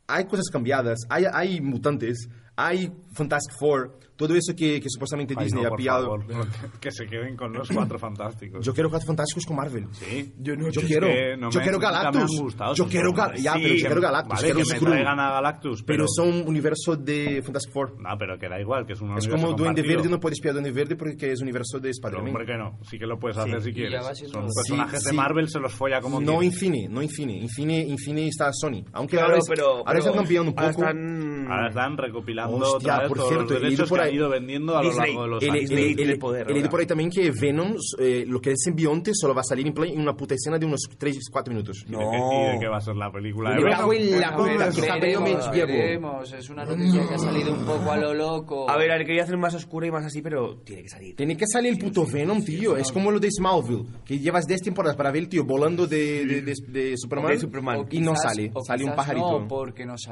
Speaker 2: hay cosas cambiadas, hay, hay mutantes, hay Fantastic Four, todo eso que, que supuestamente
Speaker 1: Ay,
Speaker 2: Disney
Speaker 1: no,
Speaker 2: ha
Speaker 1: por
Speaker 2: pillado.
Speaker 1: favor, que se queden con los cuatro fantásticos
Speaker 2: Yo quiero Cuatro Fantásticos con Marvel.
Speaker 1: Sí.
Speaker 2: Yo, no,
Speaker 1: Es
Speaker 2: yo
Speaker 1: que
Speaker 2: quiero.
Speaker 1: no
Speaker 2: yo
Speaker 1: me-
Speaker 2: quiero
Speaker 1: nunca me han
Speaker 2: Galactus.
Speaker 1: gustado
Speaker 2: yo
Speaker 1: esos
Speaker 2: quiero Gal-
Speaker 1: personajes.
Speaker 2: ya,
Speaker 1: Sí,
Speaker 2: pero yo
Speaker 1: que-
Speaker 2: quiero Galactus.
Speaker 1: vale,
Speaker 2: quiero
Speaker 1: que me
Speaker 2: Skrull.
Speaker 1: traigan a Galactus, pero,
Speaker 2: Pero son universo de Fantastic Four.
Speaker 1: No, pero que da igual, que es un
Speaker 2: Es
Speaker 1: universo
Speaker 2: como Duende
Speaker 1: compartido.
Speaker 2: Verde, no puedes pillar Duende Verde porque es universo de
Speaker 1: Pero
Speaker 2: Spider-Man.
Speaker 1: hombre que no, sí que lo puedes hacer si
Speaker 5: ya va
Speaker 1: quieres.
Speaker 5: siendo
Speaker 1: Son
Speaker 5: hora.
Speaker 1: personajes
Speaker 2: Sí,
Speaker 1: de
Speaker 2: sí.
Speaker 1: Marvel, se los folla como
Speaker 2: No
Speaker 1: quieres.
Speaker 2: Infine, no Infine. Infine, Infine está Sony. Aunque
Speaker 4: Claro,
Speaker 2: ahora, es-
Speaker 4: pero,
Speaker 2: ahora
Speaker 4: pero
Speaker 2: están cambiando un
Speaker 4: ahora
Speaker 2: poco.
Speaker 4: están-
Speaker 1: Ahora están recopilando
Speaker 2: Hostia,
Speaker 1: otra vez
Speaker 2: por
Speaker 1: todos
Speaker 2: cierto,
Speaker 1: los
Speaker 2: he
Speaker 1: derechos
Speaker 2: leído por
Speaker 1: que han
Speaker 2: ahí-
Speaker 1: ido vendiendo a lo
Speaker 4: Disney,
Speaker 1: largo de los
Speaker 2: Ele-
Speaker 1: años.
Speaker 4: Disney
Speaker 2: ele-
Speaker 4: tiene
Speaker 2: ele-
Speaker 4: poder
Speaker 2: he leído
Speaker 4: ahora.
Speaker 2: por ahí también que Venom, eh, lo que es simbionte, solo va a salir en play en una puta escena de unos 3-4 minutos.
Speaker 1: ¿Y de qué- y de qué va a ser la película?
Speaker 2: Me
Speaker 1: de
Speaker 2: cago
Speaker 1: Venom?
Speaker 2: en la
Speaker 5: A ver,
Speaker 2: puta que cabello me
Speaker 5: veremos,
Speaker 2: llevo.
Speaker 5: veremos. Es una noticia que ha salido un poco a lo loco.
Speaker 4: A ver, a ver, quería hacer más oscura y más así, pero tiene que salir.
Speaker 2: Tiene que salir el puto Venom, tío. Es como lo de Smallville, que llevas 10 temporadas para ver el tío volando de, de, de- de Superman,
Speaker 4: De Superman.
Speaker 2: y no
Speaker 5: quizás-
Speaker 2: sale.
Speaker 5: o
Speaker 2: Sale un
Speaker 5: quizás
Speaker 2: pajarito.
Speaker 5: No, porque nos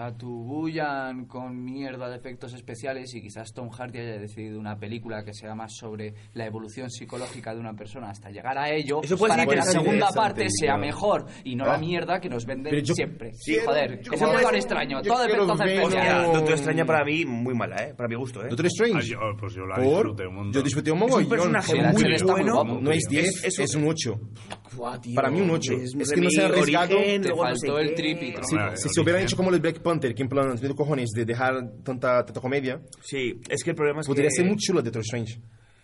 Speaker 5: atubullan con mierda de efectos especiales y quizás Tom Hardy haya decidido una película que sea más sobre la evolución psicológica de una persona hasta llegar a ello
Speaker 4: Eso puede
Speaker 5: para
Speaker 4: ser
Speaker 5: que la
Speaker 4: interesante.
Speaker 5: segunda
Speaker 2: Interesante,
Speaker 5: parte sea
Speaker 2: claro.
Speaker 5: mejor y no
Speaker 2: Ah.
Speaker 5: la mierda que nos venden
Speaker 2: Pero yo
Speaker 5: siempre. Sí,
Speaker 2: quiero-
Speaker 5: joder,
Speaker 2: yo
Speaker 5: que sea
Speaker 2: quiero-
Speaker 5: mejor extraño,
Speaker 2: yo
Speaker 5: todo de
Speaker 2: quiero
Speaker 5: efectos
Speaker 2: ver-
Speaker 4: Hostia,
Speaker 5: especiales.
Speaker 2: No.
Speaker 4: Doctor Extraña para mí, muy mala, ¿eh? Para mi gusto, ¿eh?
Speaker 2: Doctor Strange.
Speaker 1: Ah, yo, pues yo la
Speaker 2: Por,
Speaker 1: disfruté un montón.
Speaker 2: yo disfruté un
Speaker 4: Es
Speaker 2: mogollón.
Speaker 4: un personaje
Speaker 2: fue
Speaker 5: muy
Speaker 2: muy
Speaker 5: bueno,
Speaker 2: bueno.
Speaker 5: está muy guapo,
Speaker 2: No es
Speaker 5: tío.
Speaker 2: 10,
Speaker 4: Es-
Speaker 2: es,
Speaker 4: es
Speaker 2: un 8. Para mí un 8. Es, que no se ha arriesgado.
Speaker 5: Te faltó el tripi.
Speaker 1: Pero,
Speaker 2: Sí,
Speaker 1: hombre,
Speaker 4: Ah,
Speaker 2: si se
Speaker 1: origen.
Speaker 2: hubieran hecho como el Black Panther, que en plan han tenido cojones de dejar tanta, tanta comedia,
Speaker 4: Sí, es que el problema es
Speaker 2: podría
Speaker 4: que...
Speaker 2: ser muy chulo Doctor Strange.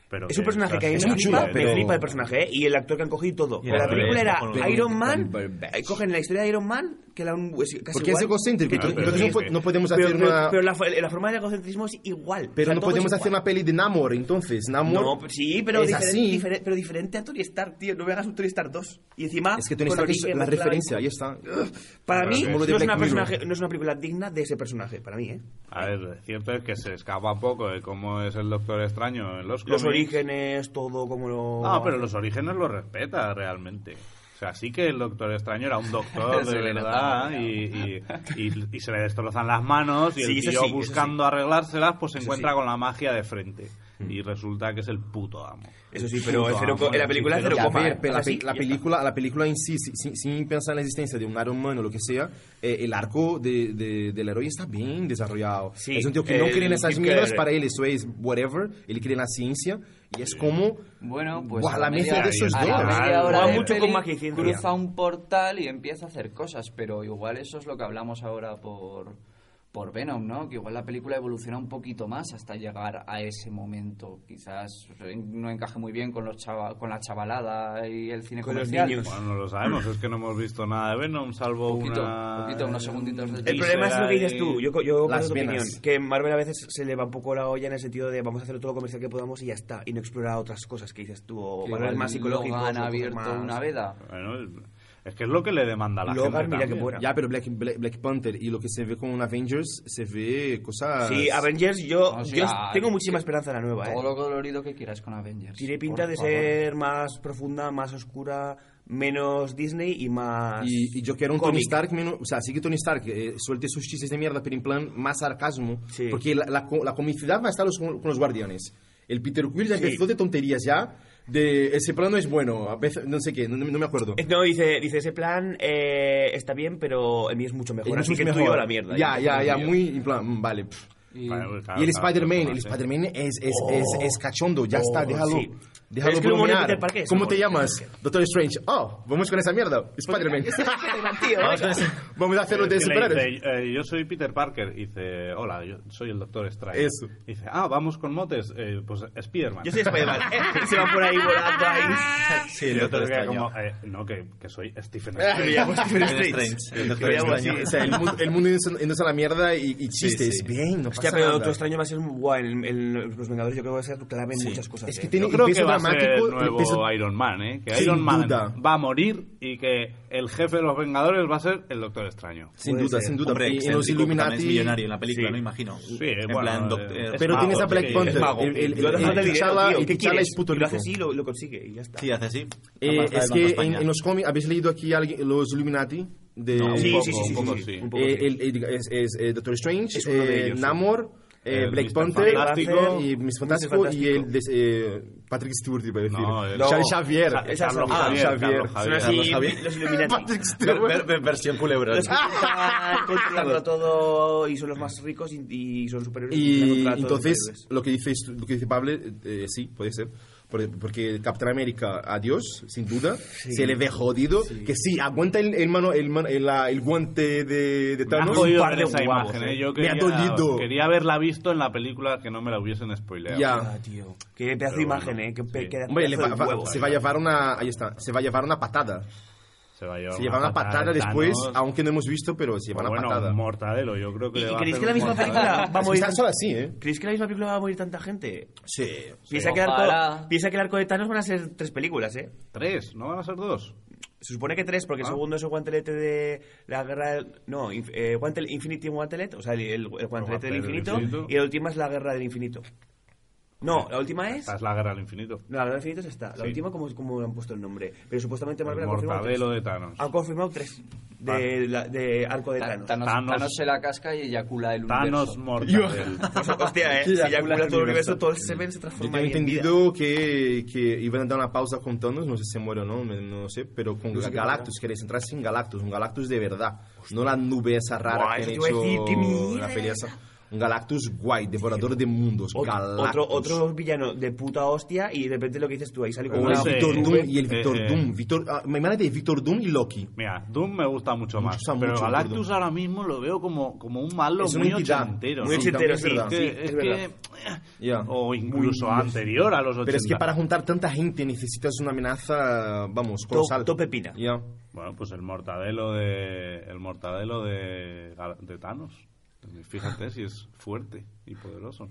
Speaker 1: Pero
Speaker 4: Es un personaje que a mí
Speaker 2: Es
Speaker 4: me
Speaker 2: muy
Speaker 4: flipa,
Speaker 2: chulo,
Speaker 4: me
Speaker 2: pero-
Speaker 4: flipa el personaje, ¿eh? Y el actor que han cogido y todo.
Speaker 3: Y
Speaker 4: la
Speaker 3: el
Speaker 4: película
Speaker 3: actor, con
Speaker 4: era
Speaker 3: lo-
Speaker 4: Iron Man,
Speaker 3: Cumberbatch.
Speaker 4: eh, cogen la historia de Iron Man, que la un, es casi
Speaker 2: Porque
Speaker 4: igual,
Speaker 2: es egocéntrico.
Speaker 4: que
Speaker 1: Claro,
Speaker 2: entonces-
Speaker 4: todo-
Speaker 1: pero
Speaker 2: entonces no,
Speaker 1: es
Speaker 2: po-
Speaker 1: que-
Speaker 2: no podemos
Speaker 4: Pero,
Speaker 2: hacer
Speaker 4: pero-
Speaker 2: una.
Speaker 4: pero la, fa- la forma del egocentrismo es igual. O
Speaker 2: Pero
Speaker 4: sea,
Speaker 2: no
Speaker 4: todo es
Speaker 2: podemos hacer
Speaker 4: igual.
Speaker 2: una peli de Namor, entonces. Namor.
Speaker 4: No, sí, pero,
Speaker 2: es
Speaker 4: diferente,
Speaker 2: así.
Speaker 4: diferente- pero diferente a Tony Stark, tío. No me hagas un Tony Stark 2. Y encima...
Speaker 2: Es que Tony
Speaker 4: con
Speaker 2: Stark es
Speaker 4: origen,
Speaker 2: la
Speaker 4: clave-
Speaker 2: referencia, ahí está.
Speaker 4: Para mí,
Speaker 2: Como
Speaker 4: no
Speaker 2: lo
Speaker 4: es,
Speaker 2: de Black
Speaker 4: una
Speaker 2: Mirror.
Speaker 4: personaje, no es una película digna de ese personaje, para mí, ¿eh?
Speaker 1: A ver, lo cierto es que se escapa poco de cómo es el Doctor Extraño en los
Speaker 4: Los
Speaker 1: cómics.
Speaker 4: orígenes, todo como lo...
Speaker 1: Ah, pero los orígenes los respeta realmente. O sea, sí que el Doctor Extraño era un doctor
Speaker 5: Se
Speaker 1: de
Speaker 5: le nota,
Speaker 1: verdad
Speaker 5: ¿no?
Speaker 1: y, y- y- y se le destrozan las manos y
Speaker 4: Sí,
Speaker 1: el
Speaker 4: eso
Speaker 1: tío
Speaker 4: sí, eso
Speaker 1: buscando arreglárselas pues se encuentra
Speaker 4: sí.
Speaker 1: con la magia de frente.
Speaker 5: Mm.
Speaker 1: Y resulta que es el puto amo.
Speaker 4: Eso sí, pero
Speaker 1: Puto
Speaker 4: es cero
Speaker 1: amo,
Speaker 4: co- en la película
Speaker 1: sí,
Speaker 4: es cero
Speaker 1: pero-
Speaker 2: Ya,
Speaker 4: coma,
Speaker 2: ver,
Speaker 4: ¿eh?
Speaker 2: pero la,
Speaker 4: Así,
Speaker 2: pe- la
Speaker 4: ya
Speaker 2: película, la película en sí, si- si- sin pensar en la existencia de un Iron Man o lo que sea, eh, el arco de, de- del héroe está bien desarrollado.
Speaker 4: Sí,
Speaker 2: es un tío que no
Speaker 4: el
Speaker 2: cree en esas
Speaker 4: Kid
Speaker 2: mierdas,
Speaker 4: Carter.
Speaker 2: para él eso es whatever, él cree en la ciencia y es como...
Speaker 5: Bueno, pues
Speaker 2: Buah,
Speaker 5: a
Speaker 2: la mezcla
Speaker 5: media-
Speaker 2: de esos
Speaker 5: a la
Speaker 2: dos.
Speaker 5: media hora
Speaker 4: Juega
Speaker 5: de
Speaker 4: mucho con
Speaker 5: peli,
Speaker 4: magiciencia.
Speaker 5: cruza un portal y empieza a hacer cosas, pero igual eso es lo que hablamos ahora por, por Venom, ¿no? Que igual la película evoluciona un poquito más hasta llegar a ese momento. Quizás eh, no encaje muy bien con, los chava- con la chavalada y el cine
Speaker 4: Con los
Speaker 5: comercial.
Speaker 4: niños.
Speaker 1: Bueno, no lo sabemos, es que no hemos visto nada de Venom, salvo
Speaker 5: Poquito,
Speaker 1: una...
Speaker 5: poquito, unos segunditos de
Speaker 4: El
Speaker 5: teaser
Speaker 4: problema es lo que dices tú, yo, co- yo
Speaker 2: Las
Speaker 4: las opinión,
Speaker 2: venas.
Speaker 4: que Marvel a veces se le va un poco la olla en el sentido de vamos a hacer todo lo comercial que podamos y ya está, y no explora otras cosas que dices tú, o
Speaker 5: Que
Speaker 4: valores
Speaker 5: igual
Speaker 4: más psicológicos. o
Speaker 5: Logan
Speaker 4: cosas
Speaker 5: ha abierto
Speaker 4: más-
Speaker 5: una veda.
Speaker 1: Bueno, el- es que es lo que le demanda la
Speaker 4: Logan,
Speaker 1: gente
Speaker 4: mira
Speaker 1: también.
Speaker 4: que buena.
Speaker 2: Ya, pero Black, Black, Black Panther y lo que se ve con Avengers, se ve cosas...
Speaker 4: Sí, Avengers, yo,
Speaker 5: O
Speaker 4: yo
Speaker 5: sea,
Speaker 4: tengo muchísima esperanza en la nueva,
Speaker 5: Todo
Speaker 4: ¿eh?
Speaker 5: lo colorido que quieras con Avengers.
Speaker 4: Tiene pinta
Speaker 5: por
Speaker 4: de
Speaker 5: favor.
Speaker 4: ser más profunda, más oscura, menos Disney y más...
Speaker 2: Y, y yo quiero un Tony
Speaker 4: cómic.
Speaker 2: Stark menos. O sea, sí que Tony Stark eh, suelte sus chistes de mierda, pero en plan más sarcasmo.
Speaker 4: Sí.
Speaker 2: Porque la, la, co- la comicidad va a estar los- con los guardianes. El Peter Quill ya
Speaker 4: Sí.
Speaker 2: empezó de tonterías ya. De ese plano es bueno, a veces no sé qué, no, no me acuerdo.
Speaker 4: Eh, No, dice, dice ese plan eh, está bien, pero el mío es mucho mejor,
Speaker 2: Es
Speaker 4: así
Speaker 2: mucho
Speaker 4: que el
Speaker 2: mejor.
Speaker 4: tuyo a la mierda.
Speaker 2: Ya,
Speaker 4: Y-
Speaker 2: ya, ya, muy en plan, mm, vale. pff.
Speaker 5: Y-
Speaker 1: Vale, pues, claro,
Speaker 2: y el
Speaker 1: claro,
Speaker 2: Spider-Man,
Speaker 1: claro,
Speaker 2: el
Speaker 1: sí.
Speaker 2: Spider-Man es, es, es, es cachondo, ya
Speaker 4: Oh,
Speaker 2: está, déjalo.
Speaker 4: sí.
Speaker 2: Déjalo
Speaker 4: Es que el humor de
Speaker 2: bromear.
Speaker 4: Peter Parker es
Speaker 2: ¿Cómo
Speaker 4: humor
Speaker 2: te
Speaker 4: de Peter
Speaker 2: llamas? Doctor Strange. Oh, vamos con esa mierda. Spider-Man. Vamos con ese- Vamos a hacerlo de
Speaker 1: Es que le
Speaker 2: superhéroes.
Speaker 1: dice, eh, yo soy Peter Parker. Y dice, hola, yo soy el Doctor Strange.
Speaker 2: Eso.
Speaker 1: Y dice, ah, vamos con motes. Eh, pues Spiderman.
Speaker 3: Yo soy Spider-Man. Eh, Se va por ahí volando ahí. Sí,
Speaker 1: Y
Speaker 3: el
Speaker 1: el
Speaker 3: doctor
Speaker 1: otro que era
Speaker 3: extraño.
Speaker 1: como, eh, no, que, que soy Stephen
Speaker 2: Me llamo Stephen
Speaker 3: Doctor
Speaker 2: Strange.
Speaker 3: Strange. El doctor
Speaker 2: Pero llamo así,
Speaker 3: extraño.
Speaker 2: o sea, el mundo, el mundo yéndose- yéndose a la mierda y, y chistes.
Speaker 3: sí.
Speaker 2: Bien, no pasa
Speaker 4: Hostia, pero
Speaker 2: nada.
Speaker 4: Doctor Extraño va a ser muy guay. En, en Los Vengadores yo creo que va a ser clave en
Speaker 3: Sí.
Speaker 4: muchas cosas.
Speaker 2: Es que
Speaker 4: ¿eh?
Speaker 2: tiene
Speaker 1: Yo creo
Speaker 2: el
Speaker 1: que
Speaker 2: peso
Speaker 1: va a ser
Speaker 2: dramático,
Speaker 1: el
Speaker 2: el
Speaker 1: nuevo
Speaker 2: peso-
Speaker 1: Iron Man, ¿eh? Que
Speaker 2: Sin
Speaker 1: Iron Man
Speaker 2: duda.
Speaker 1: va a morir y que el jefe de los Vengadores va a ser el Doctor Extraño.
Speaker 2: Sin
Speaker 4: Puede
Speaker 2: duda,
Speaker 4: ser.
Speaker 2: sin duda.
Speaker 3: Hombre,
Speaker 2: Y en los
Speaker 3: excéntrico, pero también es
Speaker 2: Illuminati.
Speaker 3: millonario en la película,
Speaker 4: Sí.
Speaker 3: no imagino. Sí,
Speaker 1: bueno, eh, es
Speaker 2: Pero
Speaker 1: mago,
Speaker 2: tienes a
Speaker 1: sí,
Speaker 2: Black
Speaker 1: es
Speaker 2: Panther.
Speaker 1: mago.
Speaker 2: El, el,
Speaker 4: Lo hace
Speaker 2: el
Speaker 4: falta dinero,
Speaker 2: T'Challa-
Speaker 4: tío.
Speaker 2: el
Speaker 4: ¿Qué
Speaker 2: T'Challa
Speaker 4: quieres?
Speaker 2: es puto
Speaker 4: Y Lo hace
Speaker 2: rico.
Speaker 4: así y lo, lo consigue y ya está.
Speaker 3: Sí, hace así.
Speaker 2: Eh,
Speaker 3: Aparte
Speaker 2: es
Speaker 3: del Banco
Speaker 2: que en,
Speaker 3: España.
Speaker 2: en los cómics, ¿habéis leído aquí alguien- los Illuminati? De,
Speaker 1: No, un
Speaker 4: Sí,
Speaker 1: poco,
Speaker 4: sí, sí, sí,
Speaker 1: un poco
Speaker 4: sí, sí.
Speaker 1: sí.
Speaker 4: Un poco
Speaker 2: Eh,
Speaker 4: sí.
Speaker 2: el- el- es, es, eh, Doctor Strange,
Speaker 4: Es uno de
Speaker 2: eh,
Speaker 4: ellos, sí.
Speaker 2: Namor, eh,
Speaker 1: Eh,
Speaker 2: Black
Speaker 1: Mr.
Speaker 2: Panther,
Speaker 4: Fantástico,
Speaker 2: y Miss
Speaker 4: Mr.
Speaker 2: Fantástico, y
Speaker 4: Fantástico.
Speaker 2: el de, eh, Patrick Stewart, iba a decir.
Speaker 1: No, el-
Speaker 2: Charles
Speaker 4: No.
Speaker 2: Xavier.
Speaker 4: Ja- esas son-
Speaker 2: Ah,
Speaker 1: Javier, Carlos
Speaker 4: Son
Speaker 1: Javier.
Speaker 4: así
Speaker 3: Carlos Javier.
Speaker 4: los Illuminati.
Speaker 2: Patrick
Speaker 3: Ver-
Speaker 2: Stewart.
Speaker 3: ver- ver- versión culebra.
Speaker 4: Los que están controlando todo y son los más ricos y, y son superiores.
Speaker 2: Y
Speaker 4: controlan todo
Speaker 2: entonces,
Speaker 4: los
Speaker 2: lo que dice, estu- lo que dice Pablo, eh, sí, puede ser. Por- Porque Capitán América, adiós, sin duda. Se le ve jodido. Que sí, aguanta el, el, mano, el, mano- el, la- el guante de, de
Speaker 1: Me ha
Speaker 2: Thanos.
Speaker 1: jodido
Speaker 2: Un par
Speaker 1: ver
Speaker 2: de
Speaker 1: esa
Speaker 2: huevos,
Speaker 1: imagen,
Speaker 2: eh.
Speaker 1: ¿eh? Yo
Speaker 2: Me ha
Speaker 1: quería,
Speaker 2: dolido.
Speaker 1: quería haberla visto en la película que no me la hubiesen spoileado.
Speaker 2: Ya.
Speaker 4: Ah, tío. Qué pedazo de
Speaker 1: Pero
Speaker 4: imagen,
Speaker 1: bueno,
Speaker 4: ¿eh? Qué, pe-
Speaker 1: sí.
Speaker 4: qué
Speaker 2: Hombre, le
Speaker 4: pedazo
Speaker 2: va-
Speaker 4: de
Speaker 2: va-
Speaker 4: huevo. eh.
Speaker 2: se va a llevar una. Ahí está. Se va a llevar una patada.
Speaker 1: Se va a llevar
Speaker 2: Se lleva una patada
Speaker 1: de
Speaker 2: después,
Speaker 1: Thanos.
Speaker 2: aunque no hemos visto, pero se lleva
Speaker 1: Pero
Speaker 2: una
Speaker 1: bueno,
Speaker 2: patada.
Speaker 1: un mortadelo, yo creo que.
Speaker 4: ¿Y
Speaker 1: le va a
Speaker 4: creéis
Speaker 1: hacer
Speaker 4: que la
Speaker 1: un
Speaker 4: misma
Speaker 1: mortadelo.
Speaker 4: película va Ah, a
Speaker 2: Es que
Speaker 4: morir?
Speaker 2: están solo así, ¿eh?
Speaker 4: ¿Creéis que la misma película va a morir tanta gente?
Speaker 3: Sí.
Speaker 4: Piensa, que el
Speaker 5: Ojalá.
Speaker 4: arco, piensa que el arco de Thanos van a ser tres películas, ¿eh?
Speaker 1: Tres, ¿no van a ser dos?
Speaker 4: Se supone que tres, porque el
Speaker 1: Ah.
Speaker 4: segundo es el guantelete de la guerra del... No, inf- eh, guantel- Infinity Guantelet, o sea, el, el- el guantelete
Speaker 1: del
Speaker 4: del infinito,
Speaker 1: infinito.
Speaker 4: Y la última es la guerra del infinito. No, la última es...
Speaker 1: Esta es la guerra al infinito.
Speaker 4: No, la guerra del infinito es esta. La
Speaker 1: Sí.
Speaker 4: última, como, como le han puesto el nombre. Pero supuestamente
Speaker 1: El
Speaker 4: Marvel ha confirmado tres.
Speaker 1: mortadelo de Thanos.
Speaker 4: Han confirmado tres de,
Speaker 1: Vale.
Speaker 4: la- de arco de
Speaker 5: Thanos,
Speaker 4: Thanos.
Speaker 1: Thanos-
Speaker 5: Thanos se la casca y eyacula el
Speaker 1: Thanos
Speaker 5: universo.
Speaker 1: mortadelo.
Speaker 4: O sea, hostia, eh.
Speaker 2: Sí,
Speaker 4: Si
Speaker 2: ya acumula
Speaker 4: ya acumula todo el
Speaker 2: universo.
Speaker 4: universo, todo el Seven se
Speaker 2: Yo
Speaker 4: transforma
Speaker 2: tengo
Speaker 4: en vida.
Speaker 2: entendido que, que iban a dar una pausa con Thanos, no sé si se muere o no, me- no sé, pero con
Speaker 4: No sé qué
Speaker 2: Galactus, queréis entrar sin Galactus, un Galactus de verdad, no la nube esa rara
Speaker 4: Guau,
Speaker 2: que han
Speaker 4: eso te iba a
Speaker 2: hecho
Speaker 4: decir, qué
Speaker 2: la
Speaker 4: mierda.
Speaker 2: peli esa. Un Galactus guay, devorador de mundos,
Speaker 4: Ot-
Speaker 2: Galactus.
Speaker 4: Otro, otro villano de puta hostia y de repente lo que dices tú ahí sale como
Speaker 2: O
Speaker 4: una
Speaker 2: el
Speaker 1: Sí.
Speaker 2: Victor
Speaker 4: nube.
Speaker 2: Doom y el
Speaker 1: Eh,
Speaker 2: Victor
Speaker 1: eh.
Speaker 2: Doom. Victor, ah, me imagínate Victor Doom y Loki.
Speaker 1: Mira, Doom me gusta mucho
Speaker 2: Me
Speaker 1: más.
Speaker 2: gusta
Speaker 1: pero
Speaker 2: mucho
Speaker 1: Galactus
Speaker 2: Doom.
Speaker 1: ahora mismo lo veo como, como un malo
Speaker 2: Es una
Speaker 1: muy
Speaker 2: entidad,
Speaker 1: ochentero.
Speaker 4: muy
Speaker 1: ¿no?
Speaker 2: también
Speaker 4: ochentero,
Speaker 2: es
Speaker 4: sí,
Speaker 1: Que-
Speaker 4: sí,
Speaker 1: es
Speaker 4: es verdad.
Speaker 1: que-
Speaker 2: Ya.
Speaker 1: O incluso
Speaker 2: Muy-
Speaker 1: anterior a los 80.
Speaker 2: Pero es que para juntar tanta gente necesitas una amenaza, vamos, colosal.
Speaker 4: tope pina.
Speaker 2: Ya.
Speaker 1: Bueno, pues el mortadelo de. El mortadelo de, de Thanos. Fíjate si es fuerte y poderoso.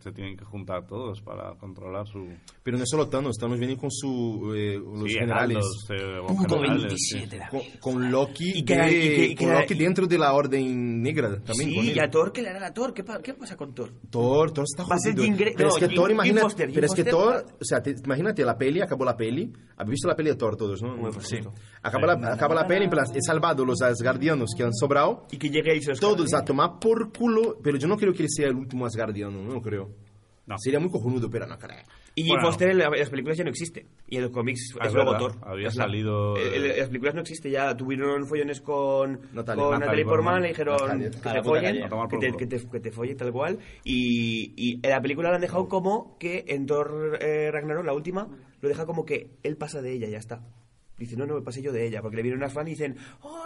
Speaker 1: Se tienen que juntar todos para controlar su.
Speaker 2: Pero no es solo Thanos, Thanos viene con su, eh, los
Speaker 1: Sí,
Speaker 2: generales.
Speaker 1: heraldos, eh, o generales, sí.
Speaker 2: con, con Loki
Speaker 4: Y que-
Speaker 2: de-
Speaker 4: y que- y que-
Speaker 2: con Loki dentro de la Orden Negra también con
Speaker 4: Sí,
Speaker 2: él.
Speaker 4: y a Thor, ¿qué le harán a Thor? ¿Qué, pa- qué pasa con Thor?
Speaker 2: Thor, Thor está
Speaker 4: Va a ser
Speaker 2: jodido.
Speaker 4: Jean Grey-
Speaker 2: pero
Speaker 4: no,
Speaker 2: es que
Speaker 4: Jim-
Speaker 2: Thor,
Speaker 4: Jim
Speaker 2: imagina,
Speaker 4: Foster, Jim
Speaker 2: pero es que
Speaker 4: Foster.
Speaker 2: Thor, o sea, te- imagínate la peli, acabó la peli, habéis visto la peli de Thor todos, ¿no?
Speaker 4: Sí.
Speaker 2: Acaba la, acaba la peli, en plan, he salvado los asgardianos que han sobrado,
Speaker 4: Y que llegue y se los
Speaker 2: todos
Speaker 4: cargue.
Speaker 2: a tomar por culo, pero yo no creo que él sea el último asgardiano, no creo.
Speaker 1: No.
Speaker 2: Sería muy cojonudo, pero no creo.
Speaker 4: Y Jim
Speaker 1: Bueno.
Speaker 4: Foster en la- en las películas ya no existe. Y en los cómics
Speaker 1: Ah,
Speaker 4: es
Speaker 1: es
Speaker 4: luego
Speaker 1: verdad,
Speaker 4: Thor.
Speaker 1: había
Speaker 4: Es la-
Speaker 1: salido,
Speaker 4: en- en
Speaker 1: eh,
Speaker 4: las películas no existe ya. Tuvieron follones con
Speaker 2: Natalie-
Speaker 4: con
Speaker 1: Natalie
Speaker 4: Natalie
Speaker 1: Portman.
Speaker 4: Portman. Le dijeron
Speaker 2: Natalie,
Speaker 4: que
Speaker 2: a
Speaker 4: te
Speaker 2: la puta calle.
Speaker 4: follen.
Speaker 2: A tomar
Speaker 4: Que
Speaker 2: por
Speaker 4: te,
Speaker 2: culo.
Speaker 4: que te- que te follen tal cual. Y, y en la película la han dejado como que en Thor eh, Ragnarok, la última, lo deja como que él pasa de ella, ya está. Dice, no, no, me pasé yo de ella. Porque le vienen unas fans y dicen,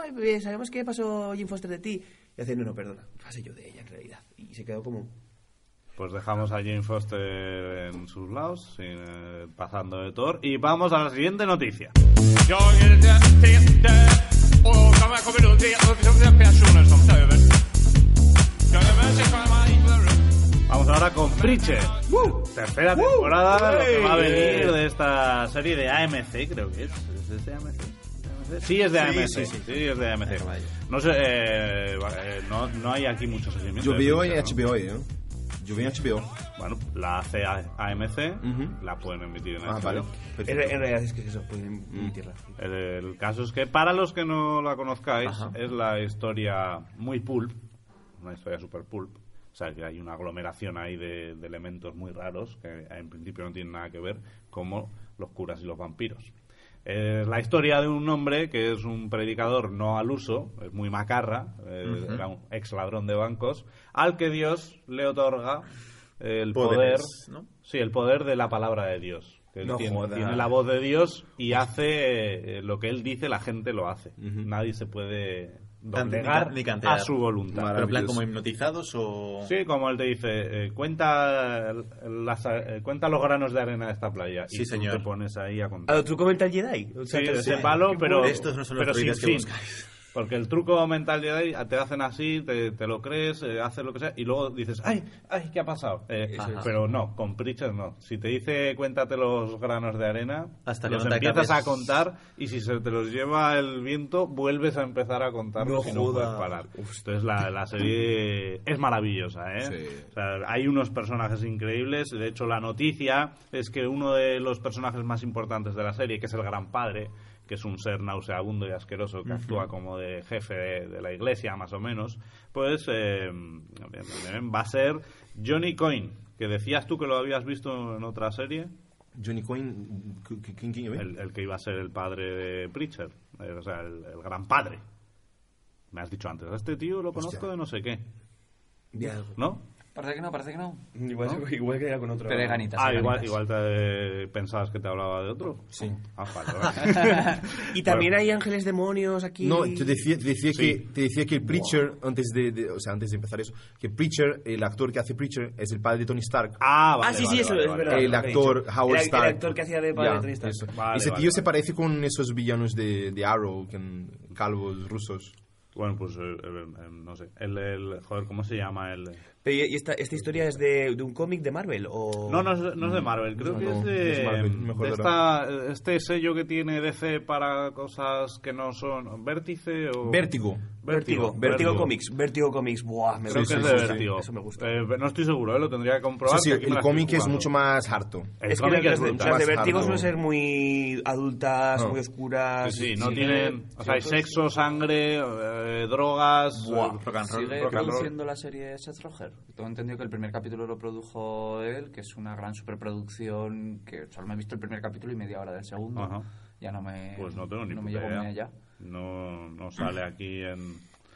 Speaker 4: ¡ay, bebé, sabemos qué pasó Jim Foster de ti! Y hace, no, no, perdona, pasé yo de ella en realidad. Y se quedó como.
Speaker 1: Pues dejamos a Jane Foster en sus lados, sin, eh, pasando de Thor. Y vamos a la siguiente noticia.
Speaker 8: Jag är där och de här kommer då tre tre personer som tar över. Jajamän, sen kommer man in på rummet.
Speaker 1: Vamos ahora con Preacher.
Speaker 2: ¡Uh!
Speaker 1: Tercera temporada, lo que va a venir de esta serie de AMC, creo que es. ¿Es de este AMC? Sí, es de AMC. Sí, es de AMC. No sé, eh, va- eh, no, no hay aquí mucho seguimiento.
Speaker 2: Yo
Speaker 1: de
Speaker 2: veo en
Speaker 1: Preacher, ¿no?
Speaker 2: HBO, ¿eh? Yo veo en HBO.
Speaker 1: Bueno, la hace A- AMC,
Speaker 2: Ujú.
Speaker 1: la pueden emitir en
Speaker 2: Ah,
Speaker 1: HBO.
Speaker 2: vale.
Speaker 4: En,
Speaker 2: perfecto.
Speaker 4: re- en realidad es que es eso, pueden emitirla.
Speaker 1: El, el caso es que, para los que no la conozcáis, es la historia muy pulp, una historia super pulp. O sea, que hay una aglomeración ahí de, de elementos muy raros que en principio no tienen nada que ver, como los curas y los vampiros. Es la historia de un hombre que es un predicador no al uso, es muy macarra, eh, era un ex ladrón de bancos, al que Dios le otorga el poder
Speaker 3: Poderes, ¿no?
Speaker 1: Sí, el poder de la palabra de Dios. Que él
Speaker 4: No
Speaker 1: tiene,
Speaker 4: jodas.
Speaker 1: tiene la voz de Dios y hace eh, lo que él dice, la gente lo hace. Nadie se puede doblegar
Speaker 3: ni
Speaker 1: a
Speaker 3: cantear.
Speaker 1: su voluntad.
Speaker 3: Pero en plan
Speaker 2: Maravilloso.
Speaker 3: como hipnotizados o...
Speaker 1: Sí, como él te dice, eh, cuenta, eh, las, eh, cuenta los granos de arena de esta playa. y
Speaker 3: Sí,
Speaker 1: tú
Speaker 3: señor.
Speaker 1: te pones ahí a
Speaker 4: A
Speaker 1: contar.
Speaker 4: lo truco mental Jedi. O sea,
Speaker 1: Sí,
Speaker 4: te-
Speaker 1: ese
Speaker 4: sí.
Speaker 1: palo, pero,
Speaker 3: Estos no son los
Speaker 1: pero sin
Speaker 3: droides que
Speaker 1: fin.
Speaker 3: buscáis.
Speaker 1: Porque el truco mental de ahí te hacen así, te, te lo crees, eh, haces lo que sea, y luego dices, ¡ay! ¡ay! ¿Qué ha pasado? Eh,
Speaker 3: Ajá.
Speaker 1: pero no, con Pritchard no. Si te dice cuéntate los granos de arena,
Speaker 3: Hasta que
Speaker 1: los
Speaker 3: no te
Speaker 1: empiezas
Speaker 3: acabes.
Speaker 1: a contar, y si se te los lleva el viento, vuelves a empezar a contarlos
Speaker 4: No
Speaker 1: y no puedes
Speaker 4: jodas.
Speaker 1: parar. Entonces la, la serie es maravillosa, ¿eh?
Speaker 2: Sí.
Speaker 1: O sea, hay unos personajes increíbles. De hecho, la noticia es que uno de los personajes más importantes de la serie, que es el Gran Padre, que es un ser nauseabundo y asqueroso que actúa como de jefe de, de la iglesia, más o menos, pues eh, va a ser Johnny Coyne, que decías tú que lo habías visto en otra serie,
Speaker 2: Johnny Coyne, ¿qui- ¿quién, quién,
Speaker 1: el, el que iba a ser el padre de Preacher, eh, o sea, el, el Gran Padre. Me has dicho antes, a este tío lo conozco
Speaker 2: Hostia.
Speaker 1: de no sé qué,
Speaker 4: Ya.
Speaker 1: ¿no?
Speaker 5: Parece que no, parece que no.
Speaker 4: Igual, igual que era con otro.
Speaker 5: Pero hay ganitas.
Speaker 1: Ah,
Speaker 5: hay
Speaker 1: igual,
Speaker 5: ganitas.
Speaker 1: igual te pensabas que te hablaba de otro. Sí. Ah, vale, vale.
Speaker 4: Y también
Speaker 1: Bueno.
Speaker 4: hay ángeles demonios aquí.
Speaker 2: No, te decía, te decía
Speaker 1: Sí.
Speaker 2: que, te decía que Preacher, antes, de, de- o sea, antes de empezar eso, que Preacher, el actor que hace Preacher, es el padre de Tony Stark.
Speaker 1: Ah,
Speaker 4: Ah,
Speaker 1: vale,
Speaker 4: sí, sí,
Speaker 1: vale,
Speaker 4: eso
Speaker 1: vale,
Speaker 4: es
Speaker 1: vale.
Speaker 4: verdad.
Speaker 2: el
Speaker 4: lo que he
Speaker 2: actor
Speaker 4: dicho.
Speaker 2: Howard
Speaker 4: Era el-
Speaker 2: Stark.
Speaker 4: El actor que hacía de padre
Speaker 2: Ya,
Speaker 4: de Tony Stark.
Speaker 2: eso.
Speaker 1: Vale,
Speaker 2: Ese
Speaker 1: vale,
Speaker 2: tío se
Speaker 1: vale.
Speaker 2: parece con esos villanos de, de Arrow, con calvos rusos.
Speaker 1: Bueno, pues eh, eh, eh, no sé. El, el- joder, ¿cómo se llama el?
Speaker 4: Pero ¿y esta, esta historia es de, de un cómic de Marvel o
Speaker 1: No, no es, no es de Marvel. Creo
Speaker 2: Oh. No,
Speaker 1: que
Speaker 2: no,
Speaker 1: es
Speaker 2: no
Speaker 1: de, em,
Speaker 2: es Marvel, mejor
Speaker 1: de
Speaker 2: de
Speaker 1: esta, este sello que tiene DC para cosas que no son vértice o
Speaker 2: Vértigo.
Speaker 4: Vértigo, Vértigo
Speaker 1: Vértigo.
Speaker 4: Comics, Vértigo Comics, buah, me
Speaker 1: Creo
Speaker 4: gusta.
Speaker 1: que es de
Speaker 4: eso, sí,
Speaker 1: Vértigo.
Speaker 4: Eso me gusta.
Speaker 1: Eh, no estoy seguro, eh, lo tendría que comprobar.
Speaker 2: sí, sí,
Speaker 1: que aquí me
Speaker 2: el
Speaker 1: la estoy
Speaker 2: cómic es
Speaker 1: jugando.
Speaker 2: mucho más harto.
Speaker 1: El
Speaker 4: es que
Speaker 1: cómic
Speaker 4: las,
Speaker 1: es
Speaker 4: de-
Speaker 1: brutal.
Speaker 4: las de Vértigo
Speaker 2: Harto.
Speaker 4: suelen ser muy adultas,
Speaker 2: Ah.
Speaker 4: muy oscuras.
Speaker 1: Sí, sí, no
Speaker 5: Sí,
Speaker 1: tienen. O sea, hay
Speaker 5: cierto,
Speaker 1: sexo, sangre, eh, drogas.
Speaker 4: Buah.
Speaker 1: eh, rock and roll,
Speaker 5: Sigue
Speaker 1: rock and roll.
Speaker 5: produciendo la serie Seth Roger. Tengo entendido que el primer capítulo lo produjo él, que es una gran superproducción que solo me he visto el primer capítulo y media hora del segundo.
Speaker 1: Ajá.
Speaker 5: Ya no me.
Speaker 1: Pues no tengo ni
Speaker 5: no me
Speaker 1: puta
Speaker 5: llevo
Speaker 1: idea.
Speaker 5: muy allá.
Speaker 1: No, no sale aquí en,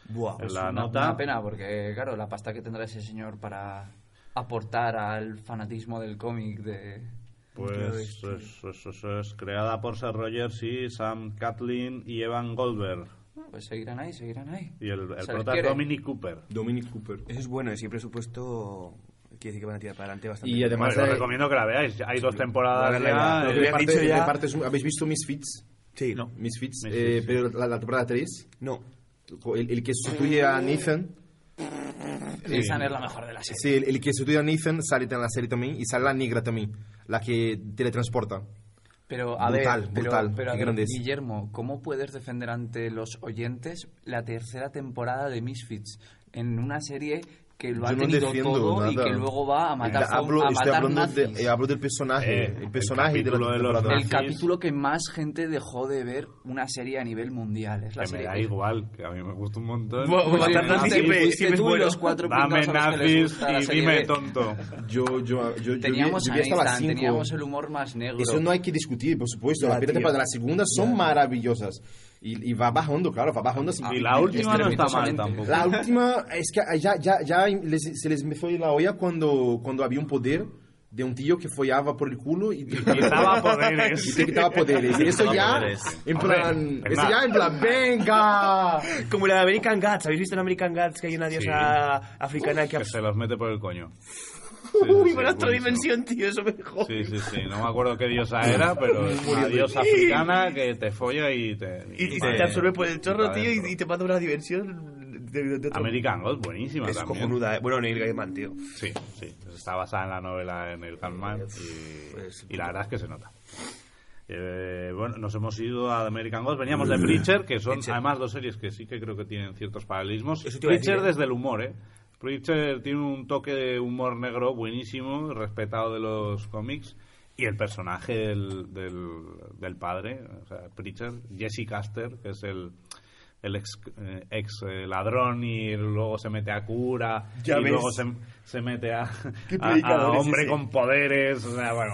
Speaker 4: Buah,
Speaker 1: en
Speaker 4: pues
Speaker 1: la
Speaker 5: Una-
Speaker 1: nota.
Speaker 5: Una pena, porque claro, la pasta que tendrá ese señor para aportar al fanatismo del cómic de.
Speaker 1: Pues eso, eso, eso es creada por Seth Rogers y Sam Catlin y Evan Goldberg.
Speaker 5: Pues seguirán ahí, seguirán ahí.
Speaker 1: Y el, el
Speaker 5: Se les
Speaker 1: prota es
Speaker 5: quiere.
Speaker 1: Dominic Cooper.
Speaker 2: Dominic Cooper.
Speaker 4: Eso es bueno, ese presupuesto quiere decir que van a tirar para adelante bastante.
Speaker 2: Y además...
Speaker 1: Bueno, os
Speaker 2: eh,
Speaker 1: recomiendo que la veáis. Hay dos
Speaker 2: Ah,
Speaker 1: temporadas
Speaker 4: Voy a verla
Speaker 1: ya.
Speaker 4: ya. Lo
Speaker 1: eh,
Speaker 4: que habían
Speaker 2: reparte-
Speaker 4: dicho ya-
Speaker 2: reparte es- ¿Habéis visto Misfits?
Speaker 4: sí, no.
Speaker 1: Misfits,
Speaker 2: Misfits, eh,
Speaker 1: sí.
Speaker 2: pero la, la temporada 3,
Speaker 4: No.
Speaker 2: el, el que sustituye a Nathan,
Speaker 5: Esa es la mejor de las series.
Speaker 2: sí, el, el que sustituye a Nathan sale en la serie también y sale la negra también, la que teletransporta.
Speaker 5: Pero, a
Speaker 2: Brutal,
Speaker 5: ver, pero-
Speaker 2: brutal,
Speaker 5: pero, a
Speaker 2: qué
Speaker 5: ver,
Speaker 2: grande es.
Speaker 5: Guillermo, ¿cómo puedes defender ante los oyentes la tercera temporada de Misfits en una serie que lo ha
Speaker 2: Yo no
Speaker 5: tenido
Speaker 2: defiendo
Speaker 5: todo y
Speaker 2: nada.
Speaker 5: que luego va a matar,
Speaker 2: Está- hablo-
Speaker 5: a
Speaker 2: estoy
Speaker 5: matar
Speaker 2: hablando de-
Speaker 5: nazis?
Speaker 2: eh, hablo del personaje,
Speaker 1: Eh,
Speaker 2: el personaje
Speaker 1: el
Speaker 2: de la
Speaker 1: capítulo de los
Speaker 2: temporada.
Speaker 5: El
Speaker 1: nazis.
Speaker 5: capítulo que más gente dejó de ver una serie a nivel mundial. Es la
Speaker 1: Que me
Speaker 5: serie
Speaker 1: da
Speaker 5: que-
Speaker 1: igual, que a mí me gusta un montón.
Speaker 4: Bu- bu-
Speaker 5: Pues
Speaker 4: matar
Speaker 5: sí,
Speaker 4: nazis
Speaker 5: fuiste-
Speaker 4: siempre-
Speaker 5: fuiste
Speaker 4: siempre es
Speaker 5: tú y
Speaker 4: bueno.
Speaker 5: los cuatro
Speaker 1: Dame
Speaker 5: pingados a los que les
Speaker 1: nazis
Speaker 5: gusta la
Speaker 1: y
Speaker 5: serie
Speaker 1: dime
Speaker 5: B.
Speaker 1: tonto.
Speaker 2: Yo, yo, yo, yo vi-
Speaker 5: Teníamos
Speaker 2: yo
Speaker 5: a
Speaker 2: vi hasta las
Speaker 5: Nathan,
Speaker 2: cinco.
Speaker 5: teníamos el humor más negro.
Speaker 2: Eso no hay que discutir, por supuesto.
Speaker 4: Ya,
Speaker 2: la primera
Speaker 4: tío.
Speaker 2: temporada, las segundas son maravillosas. Y, y va bajando, claro, va bajando.
Speaker 4: Ah,
Speaker 2: sin-
Speaker 1: Y la última no está mal
Speaker 5: estrepitosamente.
Speaker 1: tampoco.
Speaker 2: La última es que eh, ya, ya, ya les- se les me fue la olla cuando, cuando había un poder de un tío que follaba por el culo y te
Speaker 1: Quitaba
Speaker 2: quitaba,
Speaker 1: poderes.
Speaker 2: y te quitaba poderes. Y eso
Speaker 3: Quitaba
Speaker 2: ya,
Speaker 3: poderes.
Speaker 2: en
Speaker 1: Hombre,
Speaker 2: plan,
Speaker 1: venga.
Speaker 2: eso ya en plan, venga.
Speaker 4: Como la de American Gods, ¿habéis visto en American Gods que hay una diosa africana que,
Speaker 1: Que se los mete por el coño.
Speaker 4: Uy,
Speaker 1: sí,
Speaker 4: para otra
Speaker 1: buenísimo.
Speaker 4: dimensión, tío, eso me jode.
Speaker 1: Sí, sí, sí. No me acuerdo qué diosa era, pero es una diosa africana que te folla y te...
Speaker 4: Y, y
Speaker 1: vale.
Speaker 4: te absorbe por el chorro,
Speaker 1: Vale,
Speaker 4: tío, y,
Speaker 1: pero-
Speaker 4: y te manda una diversión de, de- de otro-
Speaker 1: American God, buenísima
Speaker 4: Es
Speaker 1: también.
Speaker 4: cojonuda, eh. Bueno, Neil Gaiman, tío.
Speaker 1: Sí, sí. Está basada en la novela en el Gaiman y, y la verdad es que se nota. Eh, bueno, nos hemos ido a American Gods, veníamos de Preacher, que son además dos series que sí que creo que tienen ciertos paralelismos.
Speaker 4: Eso te iba a
Speaker 1: Preacher
Speaker 4: decir, ¿eh?
Speaker 1: desde el humor, ¿eh? Preacher tiene un toque de humor negro buenísimo, respetado de los cómics. Y el personaje del, del, del padre, o sea, Preacher, Jesse Caster, que es el, el ex, eh, ex, eh, ladrón y luego se mete a cura
Speaker 4: Ya
Speaker 1: y
Speaker 4: ves.
Speaker 1: luego se, se mete a, a- a
Speaker 4: predicador es
Speaker 1: hombre
Speaker 4: ese?
Speaker 1: con poderes. o sea, bueno,